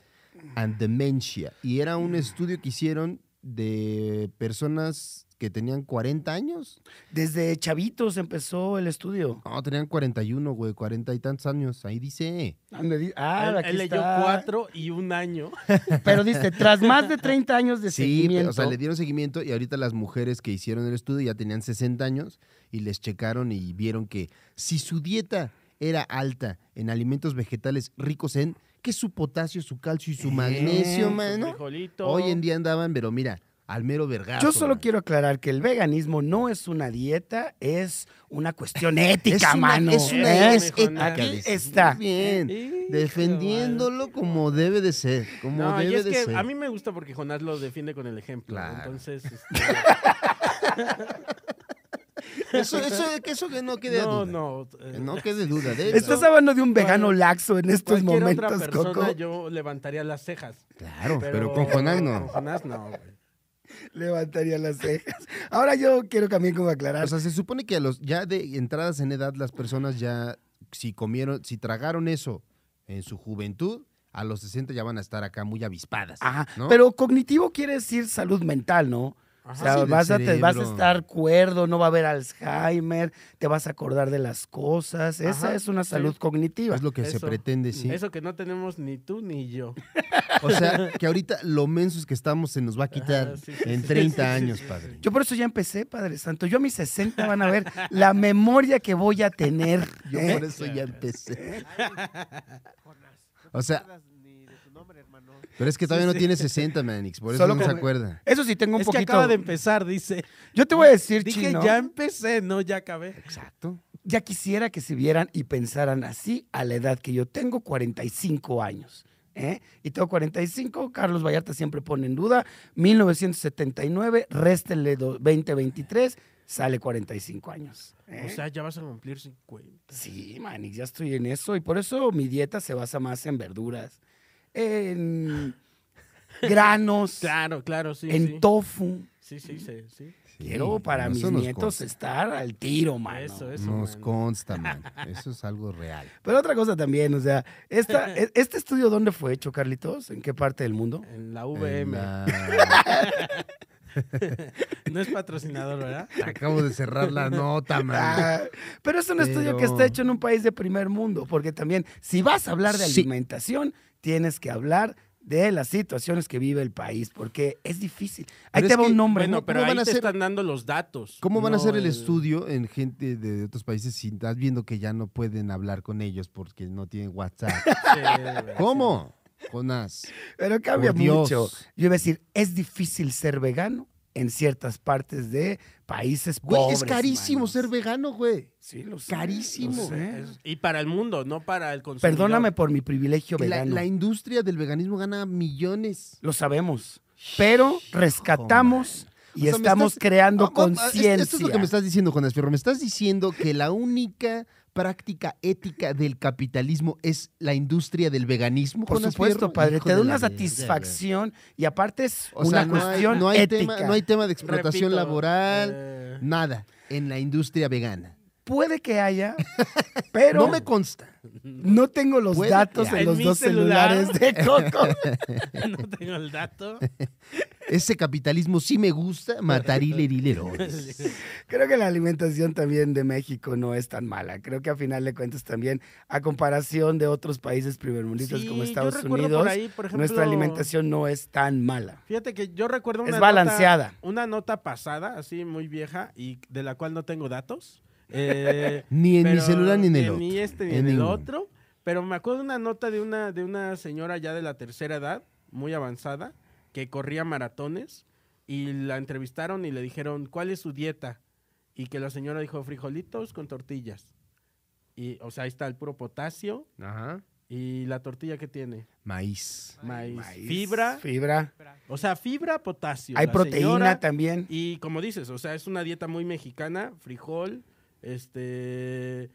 and Dementia. Y era un estudio que hicieron de personas que tenían 40 años.
Desde chavitos empezó el estudio.
No, tenían 41, güey, 40 y tantos años. Ahí dice.
¿Dónde di- Ah,
él,
aquí
él leyó
está.
cuatro y un año.
Pero dice, tras más de 30 años de
Sí,
seguimiento...
pero, o sea, le dieron seguimiento y ahorita las mujeres que hicieron el estudio ya tenían 60 años y les checaron y vieron que si su dieta era alta en alimentos vegetales ricos en, que su potasio, su calcio y su
Eh,
magnesio, mano,
Frijolito.
hoy en día andaban, pero mira, al mero vergazo.
Yo solo
man.
quiero aclarar que el veganismo no es una dieta, es una cuestión ética,
Es una-
mano. ¿Eh?
es una
Es-
ética,
aquí
dices.
está.
Muy bien,
Hijo,
defendiéndolo como debe de ser, como
No, y
debe
es
de
que
ser.
a mí me gusta porque Jonás lo defiende con el ejemplo.
Claro.
Entonces, este,
Eso, eso, que eso que no quede
no,
duda.
no.
Que
eh,
no quede duda de eso.
Estás hablando de un vegano
Bueno,
laxo en estos
cualquier
momentos,
otra persona
Coco.
yo levantaría las cejas.
Claro, pero, con Jonás
Con
no.
Jonás no, güey.
Levantaría las cejas. Ahora yo quiero también como aclarar.
O sea, se supone que a los ya de entradas en edad las personas ya si comieron, si tragaron eso en su juventud, a los 60 ya van a estar acá muy avispadas.
Ajá,
¿no?
pero cognitivo quiere decir salud mental, ¿no? O
Ajá.
sea,
Sí, del
vas, a, te- vas a
cerebro.
estar cuerdo, no va a haber Alzheimer, te vas a acordar de las cosas. Esa
Ajá,
es una
sí.
salud cognitiva.
es lo que se
eso.
pretende, sí.
Eso que no tenemos ni tú ni yo.
O sea, que ahorita lo mensos que estamos se nos va a quitar
Ajá, Ah, sí, sí,
en
sí,
30
sí, sí,
años,
sí.
padre.
Yo por eso ya empecé, Padre Santo. Yo a mis 60 van a ver la memoria que voy a tener.
Yo
¿eh?
por eso ya empecé.
Jonás, no te
O sea-
acuerdas ni de tu nombre, hermano.
Pero es que todavía no tiene 60, Manix, por eso
Solo
no se
como-
acuerda.
Eso sí, tengo un
es que
poquito.
acaba de empezar, dice.
Yo te voy a decir,
Dije,
Chino,
ya
ya...
empecé, no, ya acabé.
Exacto.
quisiera que se vieran y pensaran así a la edad que yo tengo, 45 años. ¿eh? Y tengo 45, Carlos Vallarta siempre pone en duda, 1979, réstenle do- 2023, sale 45 años. ¿eh?
O sea, ya vas a cumplir 50.
Sí, manix, ya estoy en eso y por eso mi dieta se basa más en verduras, en granos,
Claro, claro, sí.
en
sí.
tofu.
Sí, sí, sí. sí.
Quiero para mis
eso nos
nietos
consta.
estar al tiro, mano.
Eso, eso.
Nos
man.
consta, man. Eso es algo real.
Pero otra cosa también, o sea, esta, e- ¿este estudio dónde fue hecho, Carlitos? ¿En qué parte del mundo?
En la VM.
En la-
No es patrocinador, ¿verdad?
Acabo de cerrar la nota, man.
Ah, pero es un estudio que
Pero-
está hecho en un país de primer mundo, porque también si vas a hablar de
Sí.
alimentación, tienes que hablar de las situaciones que vive el país, porque es difícil. Ahí
Pero
te
es
va
que,
un nombre.
Bueno,
¿cómo
pero ahí
van a
te
hacer-
están dando los datos.
¿Cómo van a hacer
no
eh.
el estudio en gente de otros países si estás viendo que ya no pueden hablar con ellos porque no tienen WhatsApp?
Sí, güey, sí.
¿Cómo? Jonás.
Pero cambia
Por Dios.
mucho. Yo iba a decir, es difícil ser vegano en ciertas partes de países
Güey,
pobres.
es carísimo
manos.
ser vegano, güey.
Sí, lo sé,
carísimo.
lo sé.
Es- y para el mundo, no para el consumidor.
Perdóname por mi privilegio
La,
vegano.
la industria del veganismo gana millones.
Lo sabemos. Pero rescatamos
O
y
sea, me
estamos
estás-
creando
Ah, ah, ah, es-
conciencia.
Esto es lo que me estás diciendo, Jonás Fierro. Me estás diciendo que la única práctica ética del capitalismo es la industria del veganismo.
Por
Jonás
supuesto,
Fierro?
padre.
Hijo
Te da
de
una
la verga, güey.
satisfacción y aparte es
O sea,
una
no hay-
cuestión
no hay
ética.
Tema, no hay tema de explotación
Repito,
laboral,
eh,
nada, en la industria vegana.
Puede que haya, pero
no
no,
me consta.
tengo los
Puede
datos
que
en
haya.
los
En mi
dos
celular.
celulares de Coco.
no tengo el dato.
Ese capitalismo sí me gusta, matar y lerilero.
Creo que la alimentación también de México no es tan mala. Creo que a final de cuentas también, a comparación de otros países primermundistas
Sí,
como
yo
Estados
recuerdo por
Unidos,
ahí, por ejemplo,
nuestra alimentación no es tan mala.
Fíjate que yo recuerdo
Es
una
balanceada.
Nota, una nota pasada, así muy vieja, y de la cual no tengo datos. Eh,
Ni en mi
pero-
celular ni en el otro.
Ni este ni
En
en, el
ninguno.
otro. Pero me acuerdo de una nota de una, de una señora ya de la tercera edad, muy avanzada, que corría maratones y la entrevistaron y le dijeron, ¿cuál es su dieta? Y que la señora dijo, frijolitos con tortillas. Y, o sea, ahí está el puro potasio
Ajá.
y la tortilla que tiene.
Maíz.
Maíz,
Maíz,
fibra.
Fibra.
O sea, fibra, potasio.
Hay
La
proteína
señora-
también.
y como dices, o sea, es una dieta muy mexicana, frijol, este...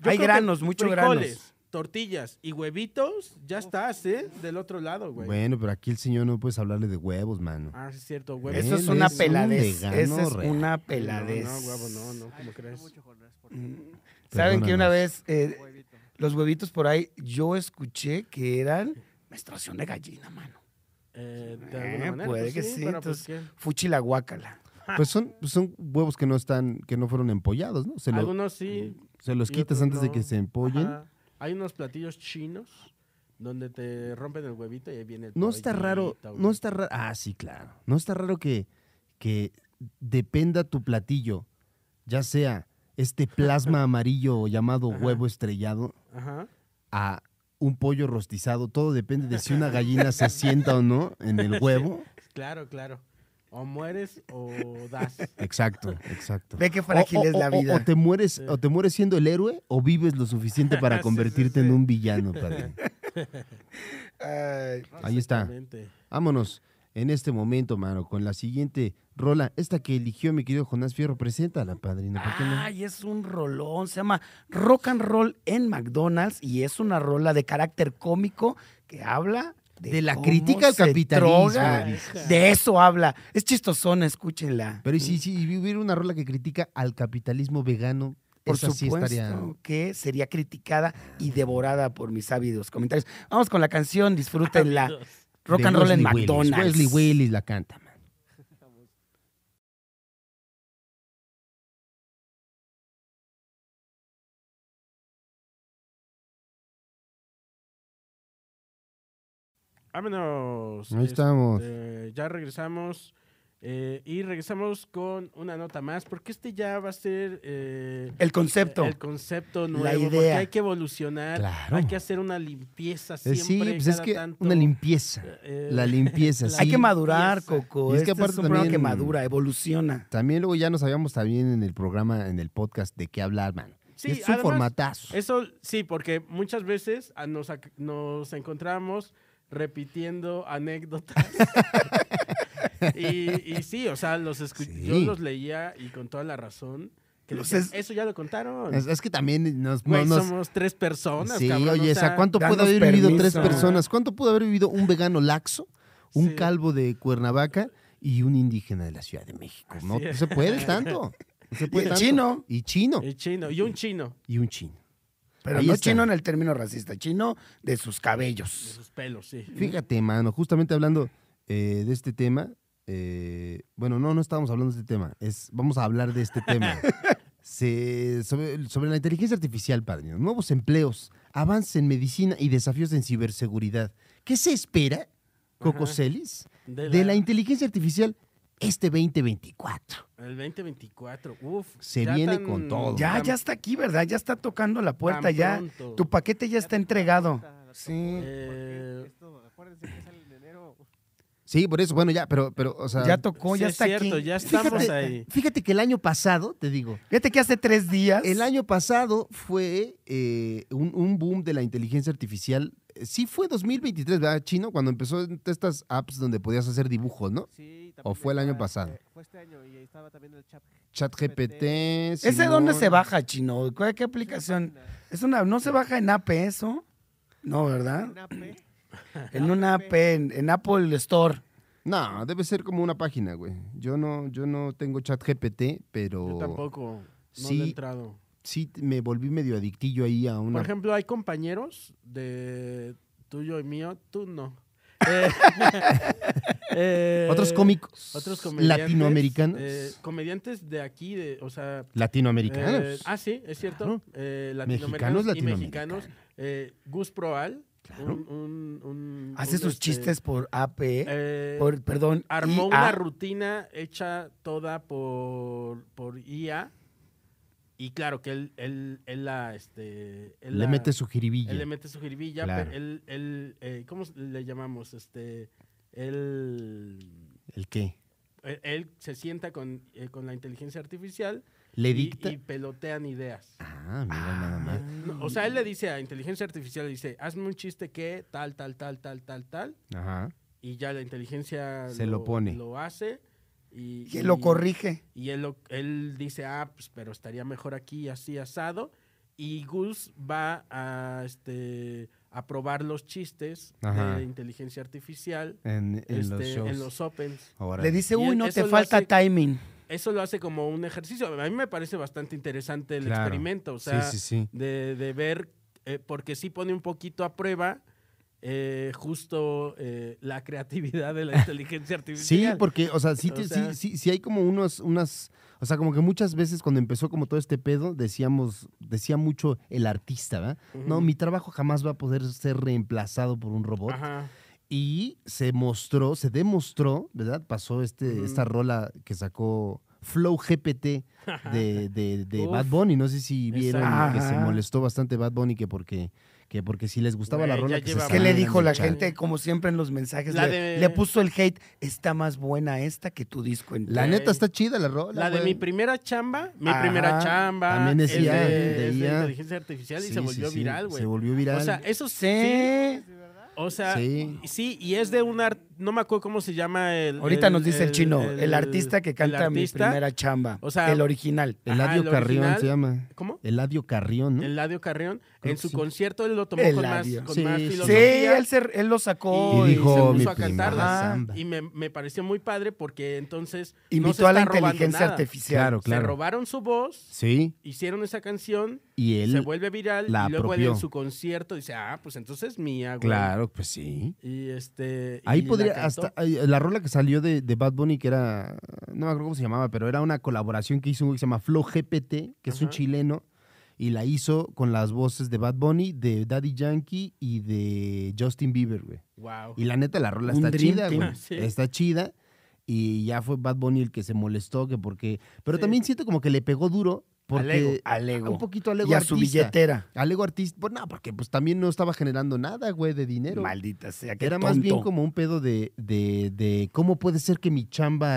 yo
Hay
creo que
granos, mucho granos.
tortillas y huevitos, ya estás, ¿eh? Del otro lado, güey.
Bueno, pero aquí el señor no puedes hablarle de huevos, mano.
Ah, sí es cierto, huevos.
Eso es
Él
una
es un
peladez.
vegano
Esa es
real.
una
No,
peladez.
No, huevo, no, no, ¿cómo crees?
mucho, Jonás, por
Mm. Saben que una
Perdónanos.
vez eh,
huevito.
los huevitos por ahí, yo escuché que eran menstruación de gallina, mano.
Eh, de
Eh,
alguna manera,
puede
pues
que sí,
pero pues, ¿qué?
Fuchi la guácala.
Pues son, son huevos que no están, que no fueron empollados, ¿no? Se, lo-
Algunos sí.
se los
y
quitas
otros
antes de
no.
que se empollen.
Ajá. Hay unos platillos chinos donde te rompen el huevito y ahí viene el
No está raro,
pollito,
no
güey.
está raro. Ah, sí, claro. No está raro que, que dependa tu platillo, ya sea este plasma amarillo llamado
Ajá.
huevo estrellado,
Ajá.
a un pollo rostizado. Todo depende de si una gallina se sienta o no en el huevo.
Claro, claro. O mueres o das.
Exacto, exacto.
Ve qué frágil
O- o-
es
o-
la
o-
vida.
O, te mueres,
Sí.
o te mueres siendo el héroe o vives lo suficiente para
Sí, sí,
convertirte
sí.
en un villano, padre.
Ay,
Ahí está.
Exactamente.
Vámonos en este momento, mano, con la siguiente rola. Esta que eligió mi querido Jonás Fierro, preséntala, padrino. ¿Por qué no?
Ay, es un rolón, se llama Rock and Roll en McDonald's y es una rola de carácter cómico que habla de,
De la
cómo
crítica al
se
capitalismo,
droga.
dice.
De eso habla. Es chistosona, escúchenla.
Pero y si, si hubiera una rola que critica al capitalismo vegano,
por
esa sí
supuesto
estaría.
que sería criticada y devorada por mis ávidos comentarios. Vamos con la canción, disfrútenla. Rock
de
and roll en
Wesley Willis.
McDonald's.
Wesley Willis la canta, man.
Vámonos.
Ahí estamos.
Este, ya regresamos. eh, y regresamos con una nota más, porque este ya va a ser eh,
El concepto.
el concepto nuevo, porque
idea.
hay que evolucionar,
Claro.
hay que hacer una limpieza
Eh,
siempre.
sí, pues es
cada
que
tanto.
una limpieza.
Eh,
La limpieza,
la-
sí.
Hay que madurar,
Empieza.
Coco.
Y es
Este
que
es
aparte
un programa que
también-
madura, evoluciona.
También luego ya nos habíamos también en el programa, en el podcast, de qué hablar, mano.
Sí,
es un
además,
formatazo.
Eso sí, porque muchas veces ah, nos, ac- nos encontramos repitiendo anécdotas. y, y sí, o sea, los escu-
Sí. Pues
yo los leía y con toda la razón. Que
Los
decían,
es-
eso ya lo contaron.
Es, es que también nos...
Güey,
no nos-
somos tres personas,
sí,
cabrón,
oye,
o
o sea,
sea,
¿cuánto puede
danos
haber vivido tres
permiso.
personas? ¿Cuánto pudo haber vivido un vegano laxo, un
Sí.
calvo de Cuernavaca y un indígena de la Ciudad de México? No
Así es.
se puede tanto. No se puede
Y
tanto.
chino.
Y chino.
Y chino, y un chino
Y un chino.
Pero
Ahí
no
está.
chino en el término racista, chino de sus
de
cabellos.
sus pelos, sí.
Fíjate, mano, justamente hablando eh, de este tema, eh, bueno, no, no estábamos hablando de este tema, es, vamos a hablar de este tema. Se- sobre, sobre la inteligencia artificial, padre, nuevos empleos, avances en medicina y desafíos en ciberseguridad. ¿Qué se espera, Coco
Ajá.
Celis,
De
de
la-
la inteligencia artificial este 2024?
el 2024, uf.
Se
ya
viene
tan-
con todo.
Ya,
tan-
ya está aquí, ¿verdad? Ya está tocando la puerta,
tan
ya.
pronto.
Tu paquete ya está entregado.
Está la
Sí.
topo, porque
Eh,
esto, acuérdate acuérdense que sale en enero.
Sí, por eso, bueno, ya, pero, pero, o sea.
Ya tocó,
Sí,
ya
es
está
cierto,
aquí.
ya estamos
fíjate,
ahí.
Fíjate que el año pasado, te digo,
Fíjate que hace tres días.
el año pasado fue eh, un, un boom de la inteligencia artificial. Sí fue 2023, ¿verdad, Chino? Cuando empezó estas apps donde podías hacer dibujos, ¿no?
Sí,
¿O
también
fue el año
estaba,
pasado?
eh, fue este año y estaba también el chat.
Chat GPT.
¿Ese
Simón.
dónde se baja, chino? ¿Cuál- ¿Qué aplicación?
página,
Es una, ¿No se baja en app eso? No,
en
¿verdad?
AP,
En una app, en, en Apple Store.
No, debe ser como una página, güey. Yo no, yo no tengo chat GPT, pero
Yo tampoco. No le he
Sí.
entrado.
sí me volví medio adictillo ahí a una.
Por ejemplo, hay compañeros de tuyo y mío, tú no. Eh, eh,
otros cómicos
otros comediantes,
latinoamericanos.
eh, comediantes de aquí, de, o sea,
latinoamericanos.
Eh, ah, sí, es cierto.
Claro.
Eh,
Mexicanos,
latinoamericanos y mexicanos. Eh, Gus Proal.
Claro.
un- un- un-
Hace
un,
sus
este,
chistes por app.
eh,
por, perdón.
armó
IA.
una rutina hecha toda por, por IA. Y claro que él, él, él la... Este, él
le
la-
mete su jiribilla.
Él le mete su jiribilla.
Claro.
pero él, él, eh, ¿Cómo le llamamos? Este, él...
¿El qué?
eh, Él se sienta con, eh, con la inteligencia artificial
¿Le
y-
dicta?
y pelotean ideas.
Ah, mira nada más.
No, o sea, él le dice a inteligencia artificial, le dice, hazme un chiste que tal, tal, tal, tal, tal, tal,
Ajá.
y ya la inteligencia
Se lo pone.
Lo hace y,
Que lo corrige.
Y él, lo- él dice, ah, pues, pero estaría mejor aquí así asado. Y Gus va a, este, a probar los chistes
Ajá.
de inteligencia artificial
En, en los
este,
shows.
en los opens.
Ahora.
Le dice,
Y
uy,
él-
no
eso
te
lo
falta
hace-
timing.
Eso lo hace como un ejercicio. A mí me parece bastante interesante el
Claro.
experimento. O sea,
sí, sí, sí.
de, de ver, eh, porque sí pone un poquito a prueba eh, justo eh, la creatividad de la inteligencia
Sí,
artificial.
porque, o sea, sí,
O
te- sí-
sea-
sí, sí hay como unos, unas, o sea, como que muchas veces cuando empezó como todo este pedo, decíamos, decía mucho el artista, ¿verdad? No, mi trabajo jamás va a poder ser reemplazado por un robot.
Ajá.
Y se mostró, se demostró, ¿verdad? Pasó este,
Ujú.
esta rola que sacó Flow GPT de, de- de
Uf.
Bad Bunny. No sé si vieron
Exacto.
que se
Ajá.
molestó bastante Bad Bunny que porque, que porque si les gustaba la
Güey,
rola
ya
que se
lleva
¿Qué le
salgan
Saben
dijo
de
la
chale.
gente? Como siempre en los mensajes,
Ah, La
le,
de-
le puso el hate. Está más buena esta que tu disco entero.
La
Güey.
neta está chida la rola.
La de
güey.
mi primera chamba, mi
Ajá.
primera chamba.
También es
el
IA,
de-
de
es de
IA.
inteligencia artificial y
Sí,
se
sí,
volvió
sí,
viral,
Se
güey.
volvió
O
viral.
sea, eso sí.
Sí.
¿de verdad?
O sea,
Sí.
sí, y es de un art, no me acuerdo cómo se llama el.
Ahorita nos dice el, chino, el, artista que
el
canta mi
artista.
primera chamba.
O sea,
el original.
Ajá,
Eladio
el
Carrión
original.
se llama.
¿Cómo?
Eladio Carrión,
¿Mm?
¿no?
Eladio Carrión.
Creo
en
que
su
sí.
concierto él lo tomó con más,
Eladio.
con
Sí,
más
sí, sí.
Sí,
filosofía.
él, se- él lo sacó
Y
y,
dijo,
se
mi
puso a
primera
cantarla.
samba.
Y me, me pareció muy padre porque entonces no
invitó
se
a la
está robando
inteligencia
nada.
artificial.
Claro,
Se robaron su voz,
Sí,
hicieron esa canción,
y
se
él.
vuelve viral
la
y luego él
apropió.
en su concierto dice, ah, pues entonces es mía, güey".
Claro, pues sí.
Y este
Ahí
y la
podría,
cantó.
hasta ay, la rola que salió de, de Bad Bunny, que era, no me acuerdo cómo se llamaba, pero era una colaboración que hizo un güey que se llama Flow GPT, que es un
Ajá.
chileno, y la hizo con las voces de Bad Bunny, de Daddy Yankee y de Justin Bieber, güey.
Wow.
Y la neta, la rola
Un
está
dream
chida,
team.
güey.
Ah, Sí.
Está chida. Y ya fue Bad Bunny el que se molestó, que porque. Pero
Sí.
también siento como que le pegó duro.
Al ego,
Porque
al ego.
Un poquito al ego
y a
artista.
su billetera.
Al ego artista. Pues no, porque pues también no estaba generando nada, güey, de dinero.
Maldita sea, que
Era más bien como un pedo de, de, de cómo puede ser que mi chamba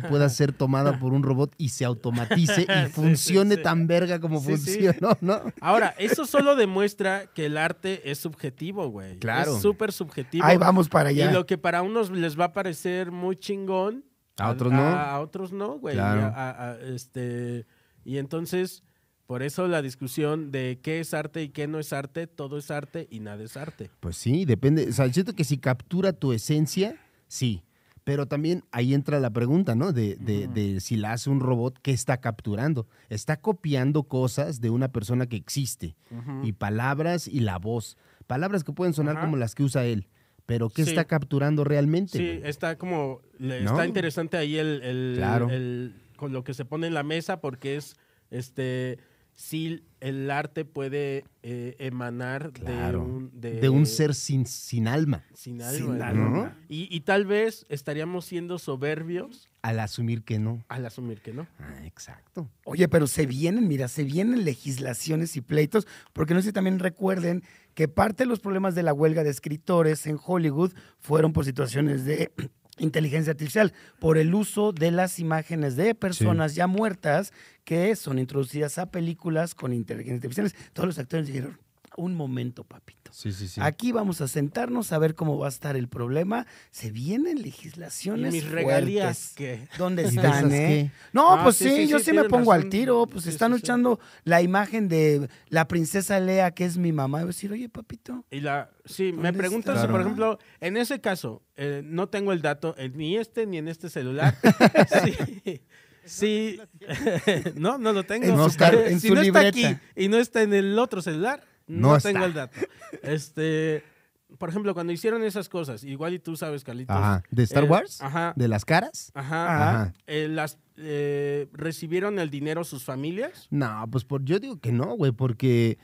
pueda ser tomada por un robot y se automatice y
Sí, sí,
funcione
sí.
tan verga como
Sí, sí.
funcionó, ¿no?
Ahora, eso solo demuestra que el arte es subjetivo, güey.
Claro.
Es súper subjetivo.
Ahí vamos para
Y
allá.
lo que para unos les va a parecer muy chingón.
A otros no.
A, a otros no, güey. Y
Claro.
a- a- a- este, y entonces, por eso la discusión de qué es arte y qué no es arte, todo es arte y nada es arte.
Pues sí, depende. O sea, siento que si captura tu esencia, sí. Pero también ahí entra la pregunta, ¿no? De, de- de si la hace un robot, ¿qué está capturando? Está copiando cosas de una persona que existe. Y palabras y la voz. Palabras que pueden sonar
Ajá.
como las que usa él. Pero ¿qué
Sí.
está capturando
Sí,
realmente? güey?
está como, le-
¿No?
está interesante ahí el, el-
Claro.
el- con lo que se pone en la mesa porque es, este, sí el arte puede eh, emanar de,
Claro.
un, de-
De un ser sin, sin alma
sin
Sin
alma.
alma.
¿no?
¿no?
Y, y tal vez estaríamos siendo soberbios
al asumir que no.
al asumir que no.
Ah, exacto.
Oye, pero se vienen, mira, se vienen legislaciones y pleitos, porque no sé si también recuerden que parte de los problemas de la huelga de escritores en Hollywood fueron por situaciones de inteligencia artificial, por el uso de las imágenes de personas ya muertas que son introducidas a películas con inteligencia artificial. Todos los actores dijeron, un momento, papito.
Sí, sí, sí.
Aquí vamos a sentarnos a ver cómo va a estar el problema. Se vienen
Y
legislaciones.
mis regalías que
¿Dónde
¿Y
están,
esas
eh?
qué?
No,
Ah,
pues sí,
sí, sí,
yo
sí,
sí me
tienes
pongo al
razón.
tiro. Pues
Sí,
están
sí, sí.
echando la imagen de la princesa Lea, que es mi mamá. Y voy a decir, oye, papito.
y la sí, me
¿Dónde
preguntas,
está?
por
Claro.
ejemplo, en ese caso, eh, no tengo el dato eh, ni este ni en este celular. sí. sí. no, no lo tengo.
En su
Está-
car- en
si
su
no
libreta.
está aquí y no está en el otro celular, no,
No está.
tengo el dato. Este, por ejemplo, cuando hicieron esas cosas, igual y tú sabes, Carlitos.
Ajá. ¿De Star
eh,
Wars?
Ajá.
¿De las caras?
Ajá.
Pues, Ajá.
Ajá.
Eh, las eh, recibieron el dinero sus familias.
No, pues por, yo digo que no, güey, porque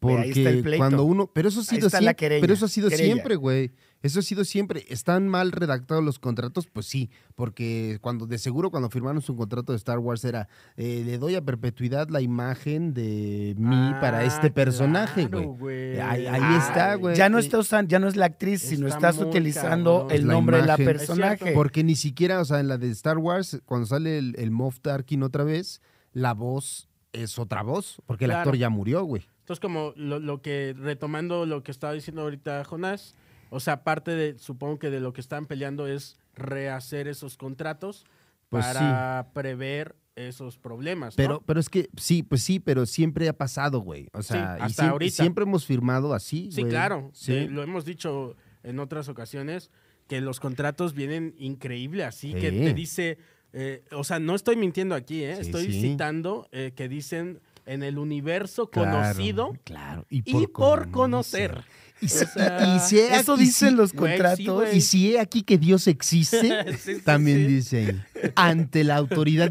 Ve, ahí está el
porque
pleito.
cuando uno, pero eso ha
Ahí
sido
está la
siempre,
querella,
pero eso ha sido
querella.
siempre, güey. Eso ha sido siempre. ¿Están mal redactados los contratos? Pues sí, porque cuando de seguro cuando firmaron su contrato de Star Wars era eh, le doy a perpetuidad la imagen de mí
Ah,
para este personaje,
claro,
güey. Ahí- ahí
Ah,
está, güey.
Ya no
Y-
está usando, ya no es la actriz, sino
Está
estás
muy
utilizando
cabrón.
el
La
nombre de la
imagen.
Es
personaje.
cierto.
Porque ni siquiera, o sea, en la de Star Wars, cuando sale el, el Moff Tarkin otra vez, la voz es otra voz, porque el
Claro.
actor ya murió, güey.
Entonces, como lo, lo que, retomando lo que estaba diciendo ahorita Jonás, o sea, parte de, supongo que de lo que están peleando es rehacer esos contratos
Pues
para prever esos problemas. ¿no?
Pero, pero es que sí, pues sí, pero siempre ha pasado, güey. O sea,
Sí,
y
hasta
siem- y
ahorita.
siempre hemos firmado así,
sí,
güey.
claro,
Sí.
eh, lo hemos dicho en otras ocasiones, que los contratos vienen increíble, así que
Sí.
te dice, eh, o sea, no estoy mintiendo aquí, eh,
Sí,
estoy
sí.
citando eh, que dicen en el universo
Claro,
conocido
Claro.
y por conocer.
Y, si-
O sea,
y si he
Eso
aquí-
dicen los
Güey, sí,
contratos.
güey.
Y si he aquí que Dios existe,
Sí, sí,
también
sí.
dice ahí, ante la autoridad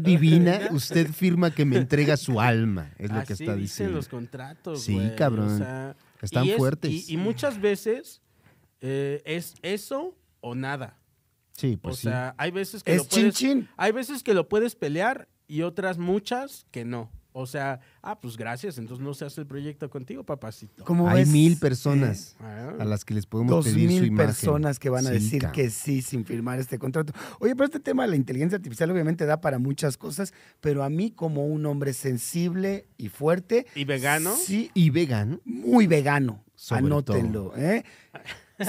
divina, usted firma que me entrega su alma. Es lo que
Así
está
dicen
diciendo.
los contratos.
Sí,
güey, o
cabrón.
sea,
Están
y es-
fuertes.
Y, y muchas veces eh, es eso o nada.
Sí,
O
pues sí.
sea, hay veces que lo
Es chin
puedes,
chin.
hay veces que lo puedes pelear y otras muchas que no. O sea, ah, pues gracias, entonces no se hace el proyecto contigo, papacito.
¿Cómo
Hay
ves?
mil personas
Ah,
a las que les podemos
Dos
pedir su
mil
imagen.
personas que van a
Sí,
decir
cabrón.
que sí sin firmar este contrato. Oye, pero este tema de la inteligencia artificial obviamente da para muchas cosas, pero a mí como un hombre sensible y fuerte,
¿Y vegano?
sí,
Y vegano.
muy vegano,
Sobre
anótenlo. ¿eh?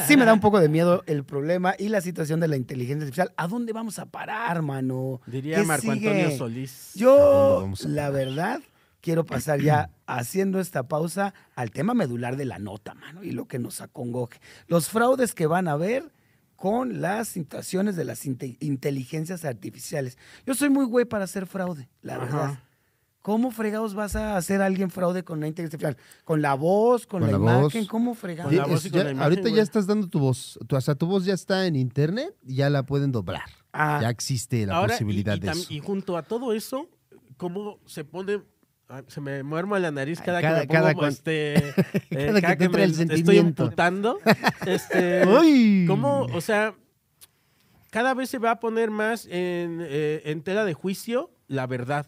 Sí me da un poco de miedo el problema y la situación de la inteligencia artificial. ¿A dónde vamos a parar, mano?
Diría
¿Qué
Marco
sigue?
Antonio Solís.
dónde
Yo,
vamos a
la
parar?
verdad, quiero pasar ya haciendo esta pausa al tema medular de la nota, mano, y lo que nos acongoje. Los fraudes que van a haber con las situaciones de las inte- inteligencias artificiales. Yo soy muy güey para hacer fraude, la
Ajá.
verdad. ¿Cómo fregados vas a hacer a alguien fraude con una inteligencia artificial? ¿Con la voz? ¿Con,
Con
la,
la voz.
imagen? ¿Cómo fregados?
Con la
Es-
voz y con
ya-
la imagen,
ahorita
güey.
ya estás dando tu voz. Tu, o sea, tu voz ya está en internet, ya la pueden doblar.
Ah,
ya existe la
Ahora, y-
posibilidad
y,
de
tam-
eso.
y junto a todo eso, ¿cómo se pone? ah, Se me muermo la nariz cada,
Cada-
que me pongo,
cada cuan-
este, eh,
cada que te entra el
estoy
sentimiento.
emputando. este,
¡Ay!
¿Cómo? O sea, cada vez se va a poner más en, eh, en tela de juicio la verdad.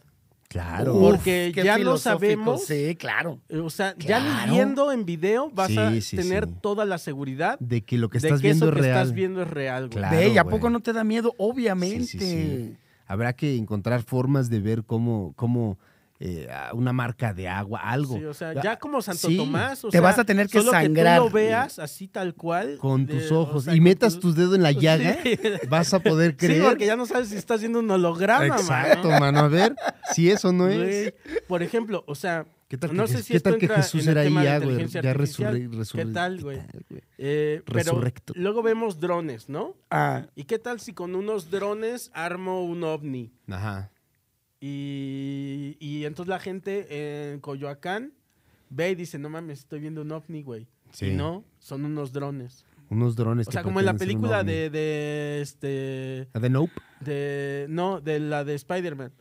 Claro.
uf,
porque
qué
ya lo
filosófico.
sabemos.
Sí, claro.
Eh, O sea, ya ni
Claro.
viendo en video vas a
Sí, sí,
tener
sí.
toda la seguridad
de que lo que
de
estás
que
viendo
eso
es
que
real.
estás viendo es real. güey.
Claro.
Ve, ¿y a poco
güey.
no te da miedo? Obviamente.
Sí, sí, sí. Habrá que encontrar formas de ver cómo, cómo eh, a una marca de agua, algo.
Sí, o sea, ya como Santo
Sí.
Tomás. o
Te
sea,
vas a tener que
solo
sangrar.
Que tú lo veas así tal cual.
Con
de-
tus
o
ojos
sea,
y
con
metas tus dedos en la
Sí.
llaga, vas a poder
Sí,
creer.
porque ya no sabes si estás viendo un holograma, mano.
Exacto, mano. A ver si eso no es.
Güey, Por ejemplo, o sea,
¿Qué tal,
no
que,
sé
Je-
si
qué
esto
tal que
entra
Jesús
en el
era ahí,
tema de
ya, güey?
inteligencia
Ya
artificial?
resurre- resurre-
¿Qué tal, güey?
güey?
Eh, pero
Resurrecto.
luego vemos drones, ¿no?
Ah,
¿Y qué tal si con unos drones armo un ovni?
Ajá.
Y, y entonces la gente en Coyoacán ve y dice, no mames, estoy viendo un ovni, güey.
Sí.
Y no, son unos drones.
Unos drones.
o
que
sea, como en la
pretenden ser un
película
ovni.
de, de este
La de Nope.
de no, de la de Spider-Man.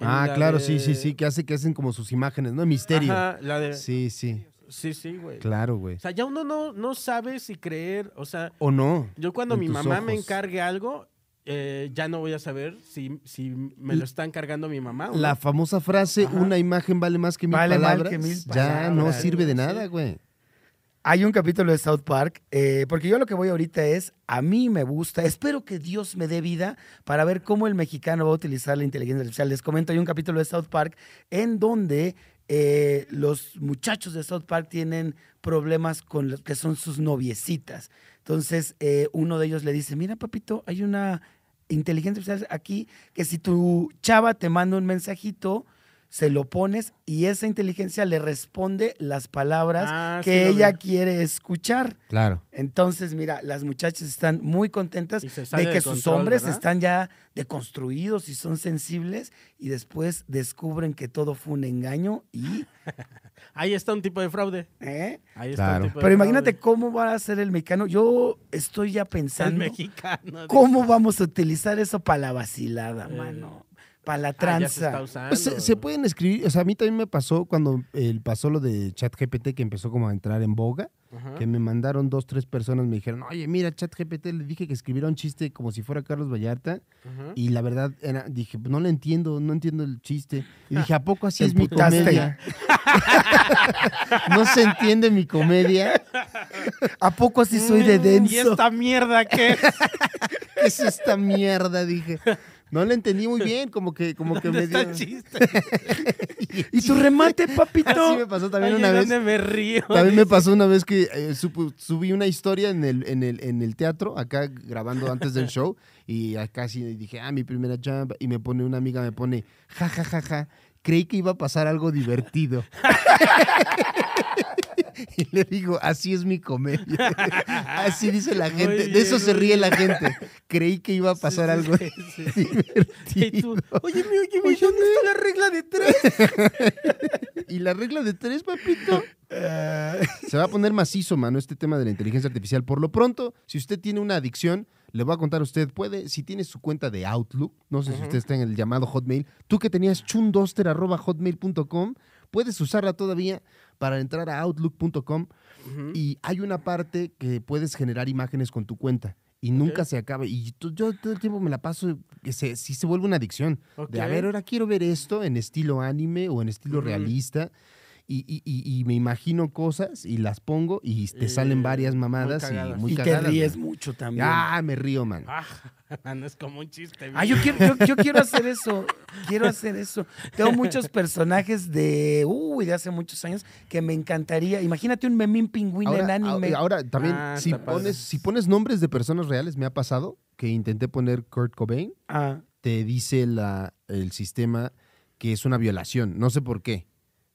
Ah,
la
claro,
de-
sí, sí, sí, que hace que hacen como sus imágenes, ¿no? Misterio.
Ajá, la de... Sí,
Sí, sí.
sí, güey.
Claro, güey.
O sea, ya uno no, no sabe si creer, o sea,
O no.
yo cuando
en
mi
tus
mamá me
ojos.
encargue algo, eh, ya no voy a saber si, si me lo está encargando mi mamá o no.
La famosa frase,
Ajá.
una imagen vale más que mil
Vale más
palabras.
que mil
ya no
palabras,
sirve de
sí.
nada, güey.
Hay un capítulo de South Park, eh, porque yo lo que voy ahorita es, a mí me gusta, espero que Dios me dé vida para ver cómo el mexicano va a utilizar la inteligencia artificial. Les comento, hay un capítulo de South Park en donde eh, los muchachos de South Park tienen problemas con los que son sus noviecitas. Entonces, eh, uno de ellos le dice, mira papito, hay una inteligencia artificial aquí que si tu chava te manda un mensajito, se lo pones y esa inteligencia le responde las palabras
Ah, sí
que
lo
ella
vi.
quiere escuchar.
Claro.
Entonces, mira, las muchachas están muy contentas
Y se
de
sale
que
de
sus
control,
hombres
¿verdad?
están ya deconstruidos y son sensibles y después descubren que todo fue un engaño y...
Ahí está un tipo de fraude.
¿eh?
Ahí está
Claro.
un tipo de
Pero imagínate
fraude.
cómo va a ser el mexicano. Yo estoy ya
el
pensando
mexicano.
cómo vamos a utilizar eso para la vacilada,
Eh,
mano. Para la
Ah, ya se
tranza.
está usando.
Pues, se, se pueden escribir, o sea, a mí también me pasó cuando eh, pasó lo de ChatGPT que empezó como a entrar en boga,
Ajá.
que me mandaron dos, tres personas, me dijeron, oye, mira, ChatGPT, le dije que escribiera un chiste como si fuera Carlos Vallarta,
Ajá.
y la verdad, era, dije, no le entiendo, no entiendo el chiste. Y dije, ¿a poco así es mi
emputaste.
comedia? no se entiende mi comedia.
¿A poco así soy de
Mm, ¿Y
denso?
esta mierda qué?
¿Qué es esta mierda? Dije. No la entendí muy bien, como que, como que me dio.
Está chiste.
¿Y tu remate,
Así
papito?
me pasó
Ay,
también una vez.
¿dónde me río?
También me pasó una vez que eh, supo- subí una historia en el, en, el, en el teatro, acá grabando antes del show, y acá sí dije, ah, mi primera chamba, y me pone una amiga, me pone, ja, ja, ja, ja, creí que iba a pasar algo divertido. y le digo, así es mi comedia. así dice la
Muy
gente,
bien,
de eso se
muy
ríe
bien.
la gente. Creí que iba a pasar
sí,
algo
sí, Y
divertido.
tú, oye, mi, oye, mi, ¿dónde está la regla de tres?
Y la regla de tres, papito.
Ah.
Se va a poner macizo, mano, este tema de la inteligencia artificial. Por lo pronto, si usted tiene una adicción, le voy a contar a usted, puede, si tiene su cuenta de Outlook, no sé si usted está en el llamado Hotmail, tú que tenías chundoster.hotmail.com, puedes usarla todavía para entrar a outlook.com y hay una parte que puedes generar imágenes con tu cuenta. Y nunca se acaba. Y tú- yo todo el tiempo me la paso, que se, sí se vuelve una adicción. De, a
Ok.
ver, ahora quiero ver esto en estilo anime o en estilo
Ujú.
realista. Y, y- y- y me imagino cosas y las pongo y te
Eh,
salen varias
muy
mamadas
cagadas.
y muy
y
cagadas.
te ríes
man.
mucho también.
Ah, me río, man.
Ah, no es como un chiste.
Ah, yo quiero, yo, yo quiero hacer eso. Quiero hacer eso. Tengo muchos personajes de. Uy, de hace muchos años que me encantaría. Imagínate un memín pingüino en
Ahora,
anime.
a- ahora, también,
Ah,
si,
está padre.
pones, si pones nombres de personas reales, me ha pasado que intenté poner Kurt Cobain
Ah,
te dice la, el sistema que es una violación. No sé por qué,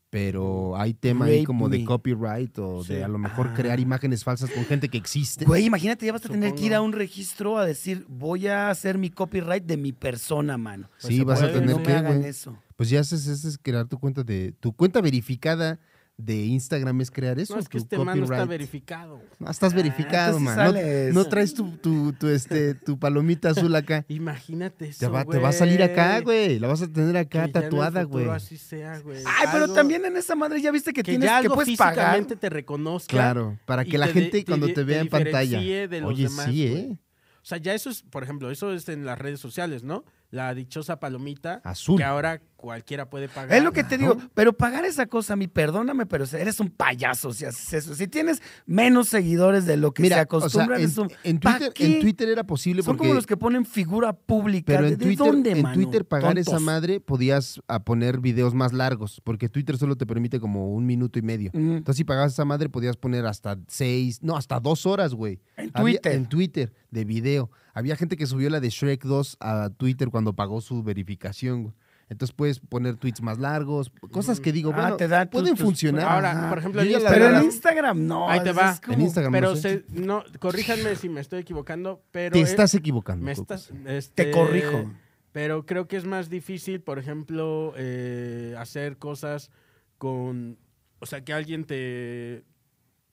pero hay tema ahí
Rape
como
me.
de copyright
Sí.
o
Ah. Pues
de a lo mejor crear imágenes falsas con gente que existe.
güey, imagínate, ya vas a tener que ir
Supongo.
a un registro a decir, voy a hacer mi copyright de mi persona, mano.
pues
sí,
se
vas a
puede,
tener
no me
que,
hagan
güey.
eso.
Pues ya haces, es crear tu cuenta de tu cuenta verificada de Instagram es crear eso.
No, es que
tu
este man no está Ah,
copyright.
verificado.
No, estás verificado,
entonces
man. No-
sales.
No, traes tu, tu, tu, este, tu palomita azul acá.
Imagínate eso,
Te va, te va a salir acá, güey. La vas a tener
Que ya
acá
en el
tatuada,
futuro
güey.
así sea, güey.
Ay, pero
Algo
también en esa madre ya viste que,
que
tienes
ya
que
algo
pues,
puedes pagar.
físicamente te reconozca.
Claro, para
y
que la
te de-
gente
te
cuando
di-
te vea
te
en pantalla.
diferencie de los
Oye,
demás,
sí,
güey.
¿eh?
O sea, ya eso es, por ejemplo, eso es en las redes sociales, ¿no? La dichosa palomita
Azul.
que ahora cualquiera puede pagar.
Es lo que te digo, pero pagar esa cosa, mi perdóname, pero eres un payaso si haces eso. Si tienes menos seguidores de lo que se
Mira, o sea,
acostumbran,
en,
es un-
en
¿pa'
Twitter,
qué?
en Twitter era posible
Son
porque...
como los que ponen figura pública.
Pero
¿De,
en
de
Twitter,
dónde,
en
mano?
Twitter pagar esa
Tontos.
madre podías a poner videos más largos, porque Twitter solo te permite como un minuto y medio.
Mm.
Entonces, si pagabas esa madre, podías poner hasta seis, no, hasta dos horas, güey.
En
Había-
Twitter.
en Twitter, de video. Había gente que subió la de Shrek 2 a Twitter cuando pagó su verificación, güey. Entonces puedes poner tweets más largos, cosas que digo,
Ah,
bueno,
te da tus-
pueden
tus-
funcionar.
Ahora,
Ajá.
por ejemplo,
Yo
en
ya la
Pero en
verdad-
Instagram no.
Ahí te
es
va.
como-
En Instagram.
Pero
no sé.
se- no, corríjanme si me estoy equivocando, pero
¿eh?
Te
es-
estás equivocando.
me
Coco.
estás
Te
este,
corrijo.
Pero creo que es más difícil, por ejemplo, eh, hacer cosas con. O sea, que alguien te,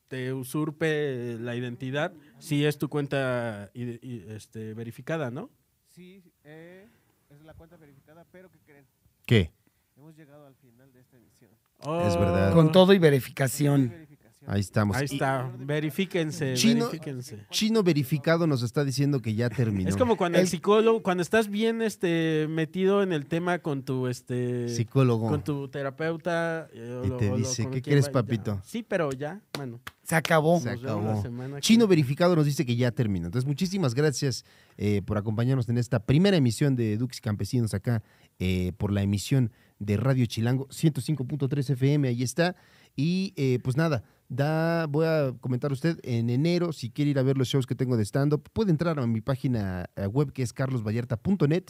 te usurpe la identidad si es tu cuenta i- i- este, verificada, ¿no?
Sí, eh, es la cuenta verificada, pero ¿qué creen?
¿Qué?
Hemos llegado al final de esta emisión.
Es verdad.
Oh,
Con todo y
Hay
verificación.
verificación.
Ahí estamos.
Ahí
Y
está. Verifíquense,
Chino-
verifíquense.
Chino verificado nos está diciendo que ya terminó.
Es como cuando el
El-
psicólogo, cuando estás bien este, metido en el tema con tu este
psicólogo.
con tu terapeuta eh, o
Y
lo-
te
o lo-
dice,
con
"¿Qué
quien
quieres,
va- ya".
papito?"
Sí, pero ya, mano.
Se acabó.
Se
Nos vemos la
acabó.
semana que-
Chino verificado nos dice que ya terminó. Entonces, muchísimas gracias eh, por acompañarnos en esta primera emisión de Dux Campesinos acá eh, por la emisión de Radio Chilango 105.3 FM. Ahí está. Y eh, pues nada, da, voy a comentar a usted en enero, si quiere ir a ver los shows que tengo de stand-up, puede entrar a mi página eh, web que es carlosvallarta.net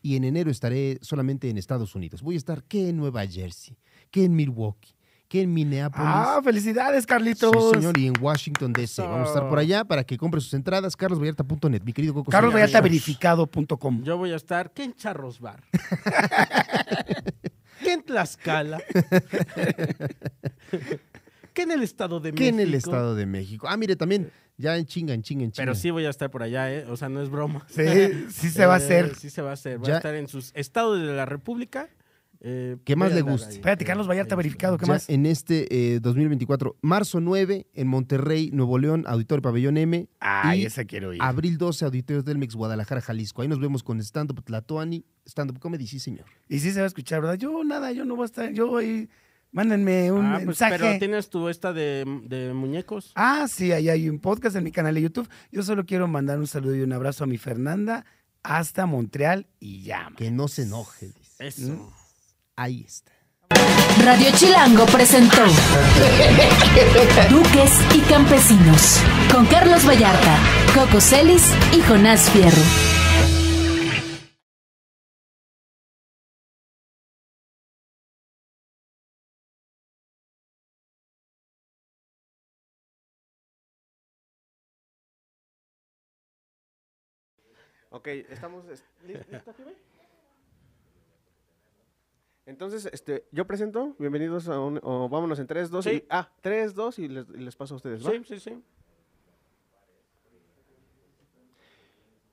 y en enero estaré solamente en Estados Unidos. Voy a estar que en Nueva Jersey, que en Milwaukee, que en Minneapolis.
Ah, felicidades, Carlitos.
pues, Sí, señor, y en Washington DC. Vamos a estar por allá para que compre sus entradas. CarlosVallarta.net, mi querido Coco.
Carlos
Celia.
Vallarta verificado.com.
Yo voy a estar ¿qué en Charros Bar. ¿Qué en Tlaxcala? ¿Qué en el Estado de
Que
México?
en el Estado de México. Ah, mire, también, ya en chinga, en chinga, en chinga.
Pero sí voy a estar por allá, ¿eh? O sea, no es broma.
Sí, sí se va a
Eh,
hacer.
Sí se va a hacer. Voy
Ya.
a estar en sus estados de la República. eh,
Que
voy
más
a
le
andar
guste.
ahí. Este,
Espérate, Carlos Vallarta
Ahí.
verificado, ¿qué
Ya
más?
En este eh, 2024, marzo 9, en Monterrey, Nuevo León, Auditorio Pabellón M.
Ay,
y
ese Ah, quiero ir.
Abril 12, Auditorios del Mex, Guadalajara, Jalisco. Ahí nos vemos con Stand Up Tlatoani, Stand Up Comedy, sí, señor.
Y sí se va a escuchar, ¿verdad? Yo nada, yo no voy a estar, yo voy, mándenme un
Ah, pues, pero
mensaje.
tienes tu esta de, de muñecos.
Ah, sí, ahí hay un podcast en mi canal de YouTube. Yo solo quiero mandar un saludo y un abrazo a mi Fernanda hasta Montreal y ya. man.
Que no se enoje.
Ah,
dice.
Eso.
Ahí está.
Radio Chilango presentó Duques y Campesinos con Carlos Vallarta, Coco Celis y Jonás Fierro.
Ok, estamos. es- ¿li- ¿Lista, Jime? Entonces, este, yo presento, bienvenidos a un. o vámonos en 3, 2
Sí.
y. Ah, 3, 2 y les, y les paso a ustedes, ¿va?
Sí, sí, sí.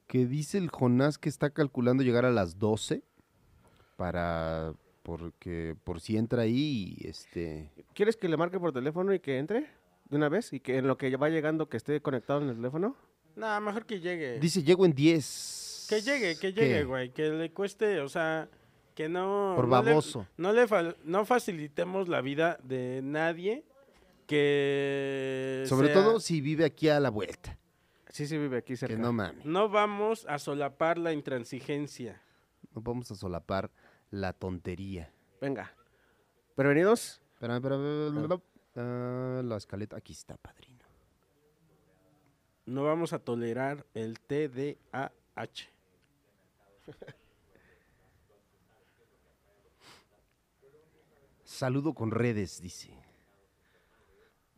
que dice el Jonás que está calculando llegar a las 12 para porque por si entra ahí y, este
¿Quieres que le marque por teléfono y que entre de una vez? Y que en lo que va llegando que esté conectado en el teléfono.
Nada, mejor que llegue.
dice llego en 10.
que llegue, que
¿Qué?
llegue, güey. Que le cueste, o sea, que no.
Por
no le-
baboso.
No, le, fa- no facilitemos la vida de nadie que.
Sobre
sea-
todo si vive aquí a la vuelta,
Sí, sí, vive aquí cerca.
que no mames.
No vamos a solapar la intransigencia.
No vamos a solapar la tontería.
Venga. Prevenidos.
Espérame, espérame, espérame, ah, la escaleta aquí está, padrino.
No vamos a tolerar el TDAH.
Saludo con redes, dice.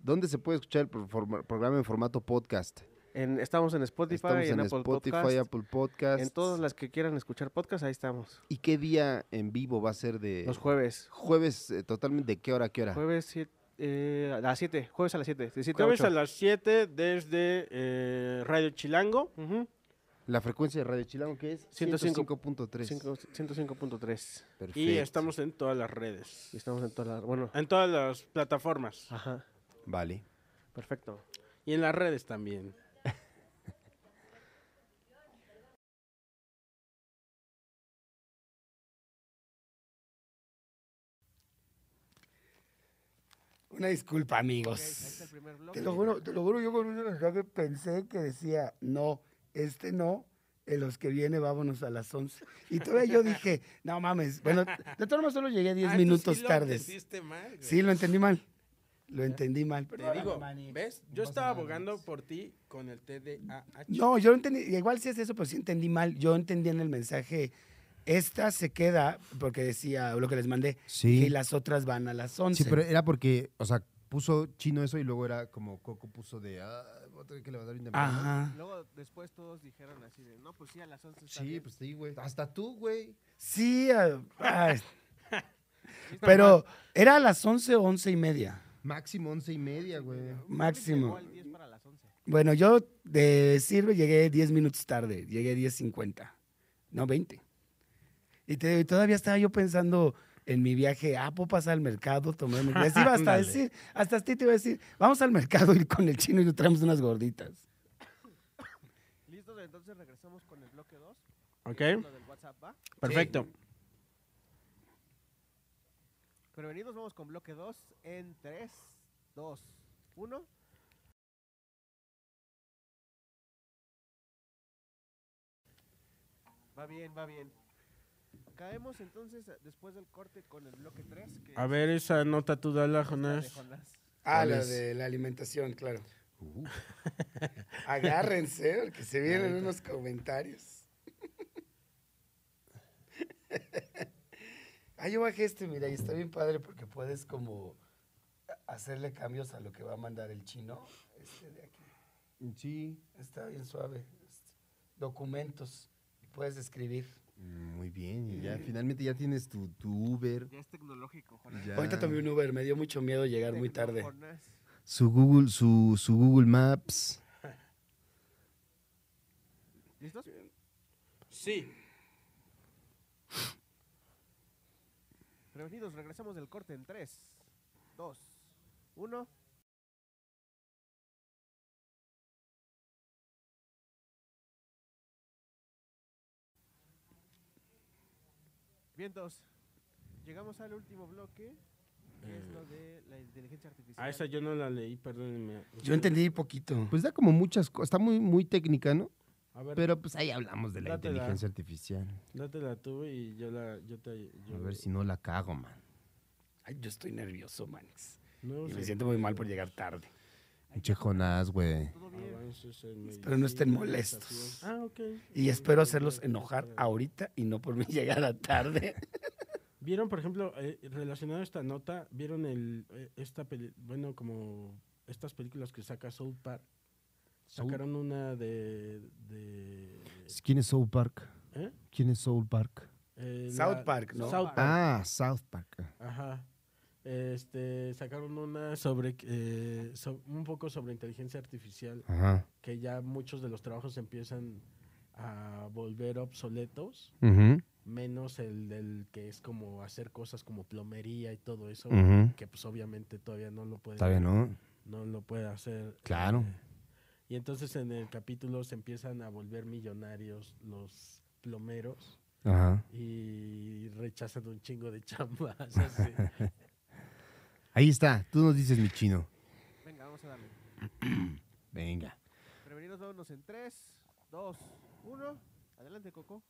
¿Dónde se puede escuchar el pro- forma- programa en formato podcast?
En- estamos en Spotify,
Estamos
en,
en,
Apple
Spotify,
Podcast,
Apple Podcast.
En todas las que quieran escuchar podcast, ahí estamos.
¿Y qué día en vivo va a ser de
Los jueves.
jueves eh, totalmente de qué hora a qué hora?
Jueves siete- eh, a las 7. Jueves a las 7. De 7 a
Jueves
8.
a las 7 desde eh, Radio Chilango.
Ujú.
La frecuencia de Radio Chilango que es
105.3.
105.3.
Cinco- 105.3.
Perfecto.
Y estamos en todas las redes.
Y estamos en todas las. Bueno.
En todas las plataformas.
Ah.
Ajá.
Vale.
Perfecto.
Y en las redes también.
Una disculpa,
Ahí está el
amigos.
primer bloque.
Te lo juro, te lo juro, yo con una energía que pensé que decía, no, este no, en los que viene vámonos a las 11. Y todavía yo dije, no mames, bueno, de todas maneras solo llegué
Ah,
10 minutos tardes. Sí, lo entendí mal. Lo entendí mal.
Te digo,
Perdóname, Manny.
¿ves? Yo estaba abogando por ti con el TDAH.
No, yo no entendí, igual sí es eso, pero sí entendí mal. Yo entendí en el mensaje, esta se queda, porque decía lo que les mandé,
Sí.
y las otras van a las 11.
Sí, pero era porque, o sea, puso chino eso y luego era como Coco puso de ah, voy a tener que levantar bien temprano".
Ajá.
Luego después todos dijeron así de, no, pues sí, a las 11 está
Sí,
bien".
pues sí, güey. Hasta tú, güey.
Sí, ah, ay. pero era a las 11, 11 y media,
Máximo once y media, güey.
Llegó
máximo.
al 10 para las 11.
Bueno, yo de sirve llegué 10 minutos tarde, llegué 10.50, no 20. Y, te- y todavía estaba yo pensando en mi viaje, ah, puedo pasar al mercado, tomar mi... Les iba hasta a
Ándale.
decir, hasta a ti te iba a decir, vamos al mercado y con el chino y nos traemos unas gorditas.
¿Listos? Entonces regresamos con el bloque 2.
Ok,
¿Eh?
Lo del WhatsApp va.
perfecto.
Prevenidos, vamos con bloque 2 en 3, 2, 1. Va bien, va bien. Caemos entonces eh, después del corte con el bloque 3. Que
A ver, esa nota tú dala,
es la de
Jonás.
Jonás.
Ah,
¿Cuál
la
es?
de la alimentación, claro.
Uh.
Agárrense, porque se vienen unos comentarios. ah, yo bajé este, mira, y está bien padre porque puedes como hacerle cambios a lo que va a mandar el chino. Este de aquí.
Sí.
Está bien suave. Este, Documentos. Y puedes escribir.
Muy bien, y ya finalmente ya tienes tu, tu Uber.
Ya es tecnológico, Jonás.
ya
Ahorita tomé un Uber, me dio mucho miedo llegar muy tarde.
Jonás.
Su Google, su, su Google Maps.
¿Listos?
Sí.
Prevenidos, regresamos del corte en 3, 2, 1. Vientos. Llegamos al último bloque, que es lo de la inteligencia artificial.
A Ah, esa yo no la leí, perdónenme.
Yo entendí poquito.
Pues da como muchas cosas. Está muy, muy técnica, ¿no?
A ver,
Pero pues ahí hablamos de la
Dátela.
inteligencia artificial.
dátela tú y yo la... Yo te, yo,
A ver si no la cago, man.
Ay, yo estoy nervioso, Max.
No,
Y
sí.
me siento muy mal por llegar tarde.
Pinche Jonás, güey.
Todo bien.
Avances en
Espero no estén
medicina,
molestos.
desafíos. Ah, ok.
Y espero hacerlos enojar ahorita y no por mi llegada tarde.
¿Vieron, por ejemplo, eh, relacionado a esta nota, vieron el, eh, esta peli- bueno, como estas películas que saca South Park?
South-
Sacaron una de... de
¿Quién es Soul Park?
¿eh?
¿Quién es Soul Park?
Eh,
South Park, ¿no?
South Park.
Ah, South Park.
Ajá. Este, sacaron una sobre, eh, so- un poco sobre inteligencia artificial,
Ajá.
que ya muchos de los trabajos empiezan a volver obsoletos,
Ujú,
menos el del que es como hacer cosas como plomería y todo eso,
ujú.
que pues obviamente todavía no lo puede,
Está bien, ¿no?
no lo puede hacer.
Claro.
Y entonces en el capítulo se empiezan a volver millonarios los plomeros
Ajá.
y rechazan un chingo de chambas. así.
Ahí está. Tú nos dices mi chino.
Venga, vamos a darle.
Venga.
Prevenidos, vámonos en 3, 2, 1. Adelante, Coco.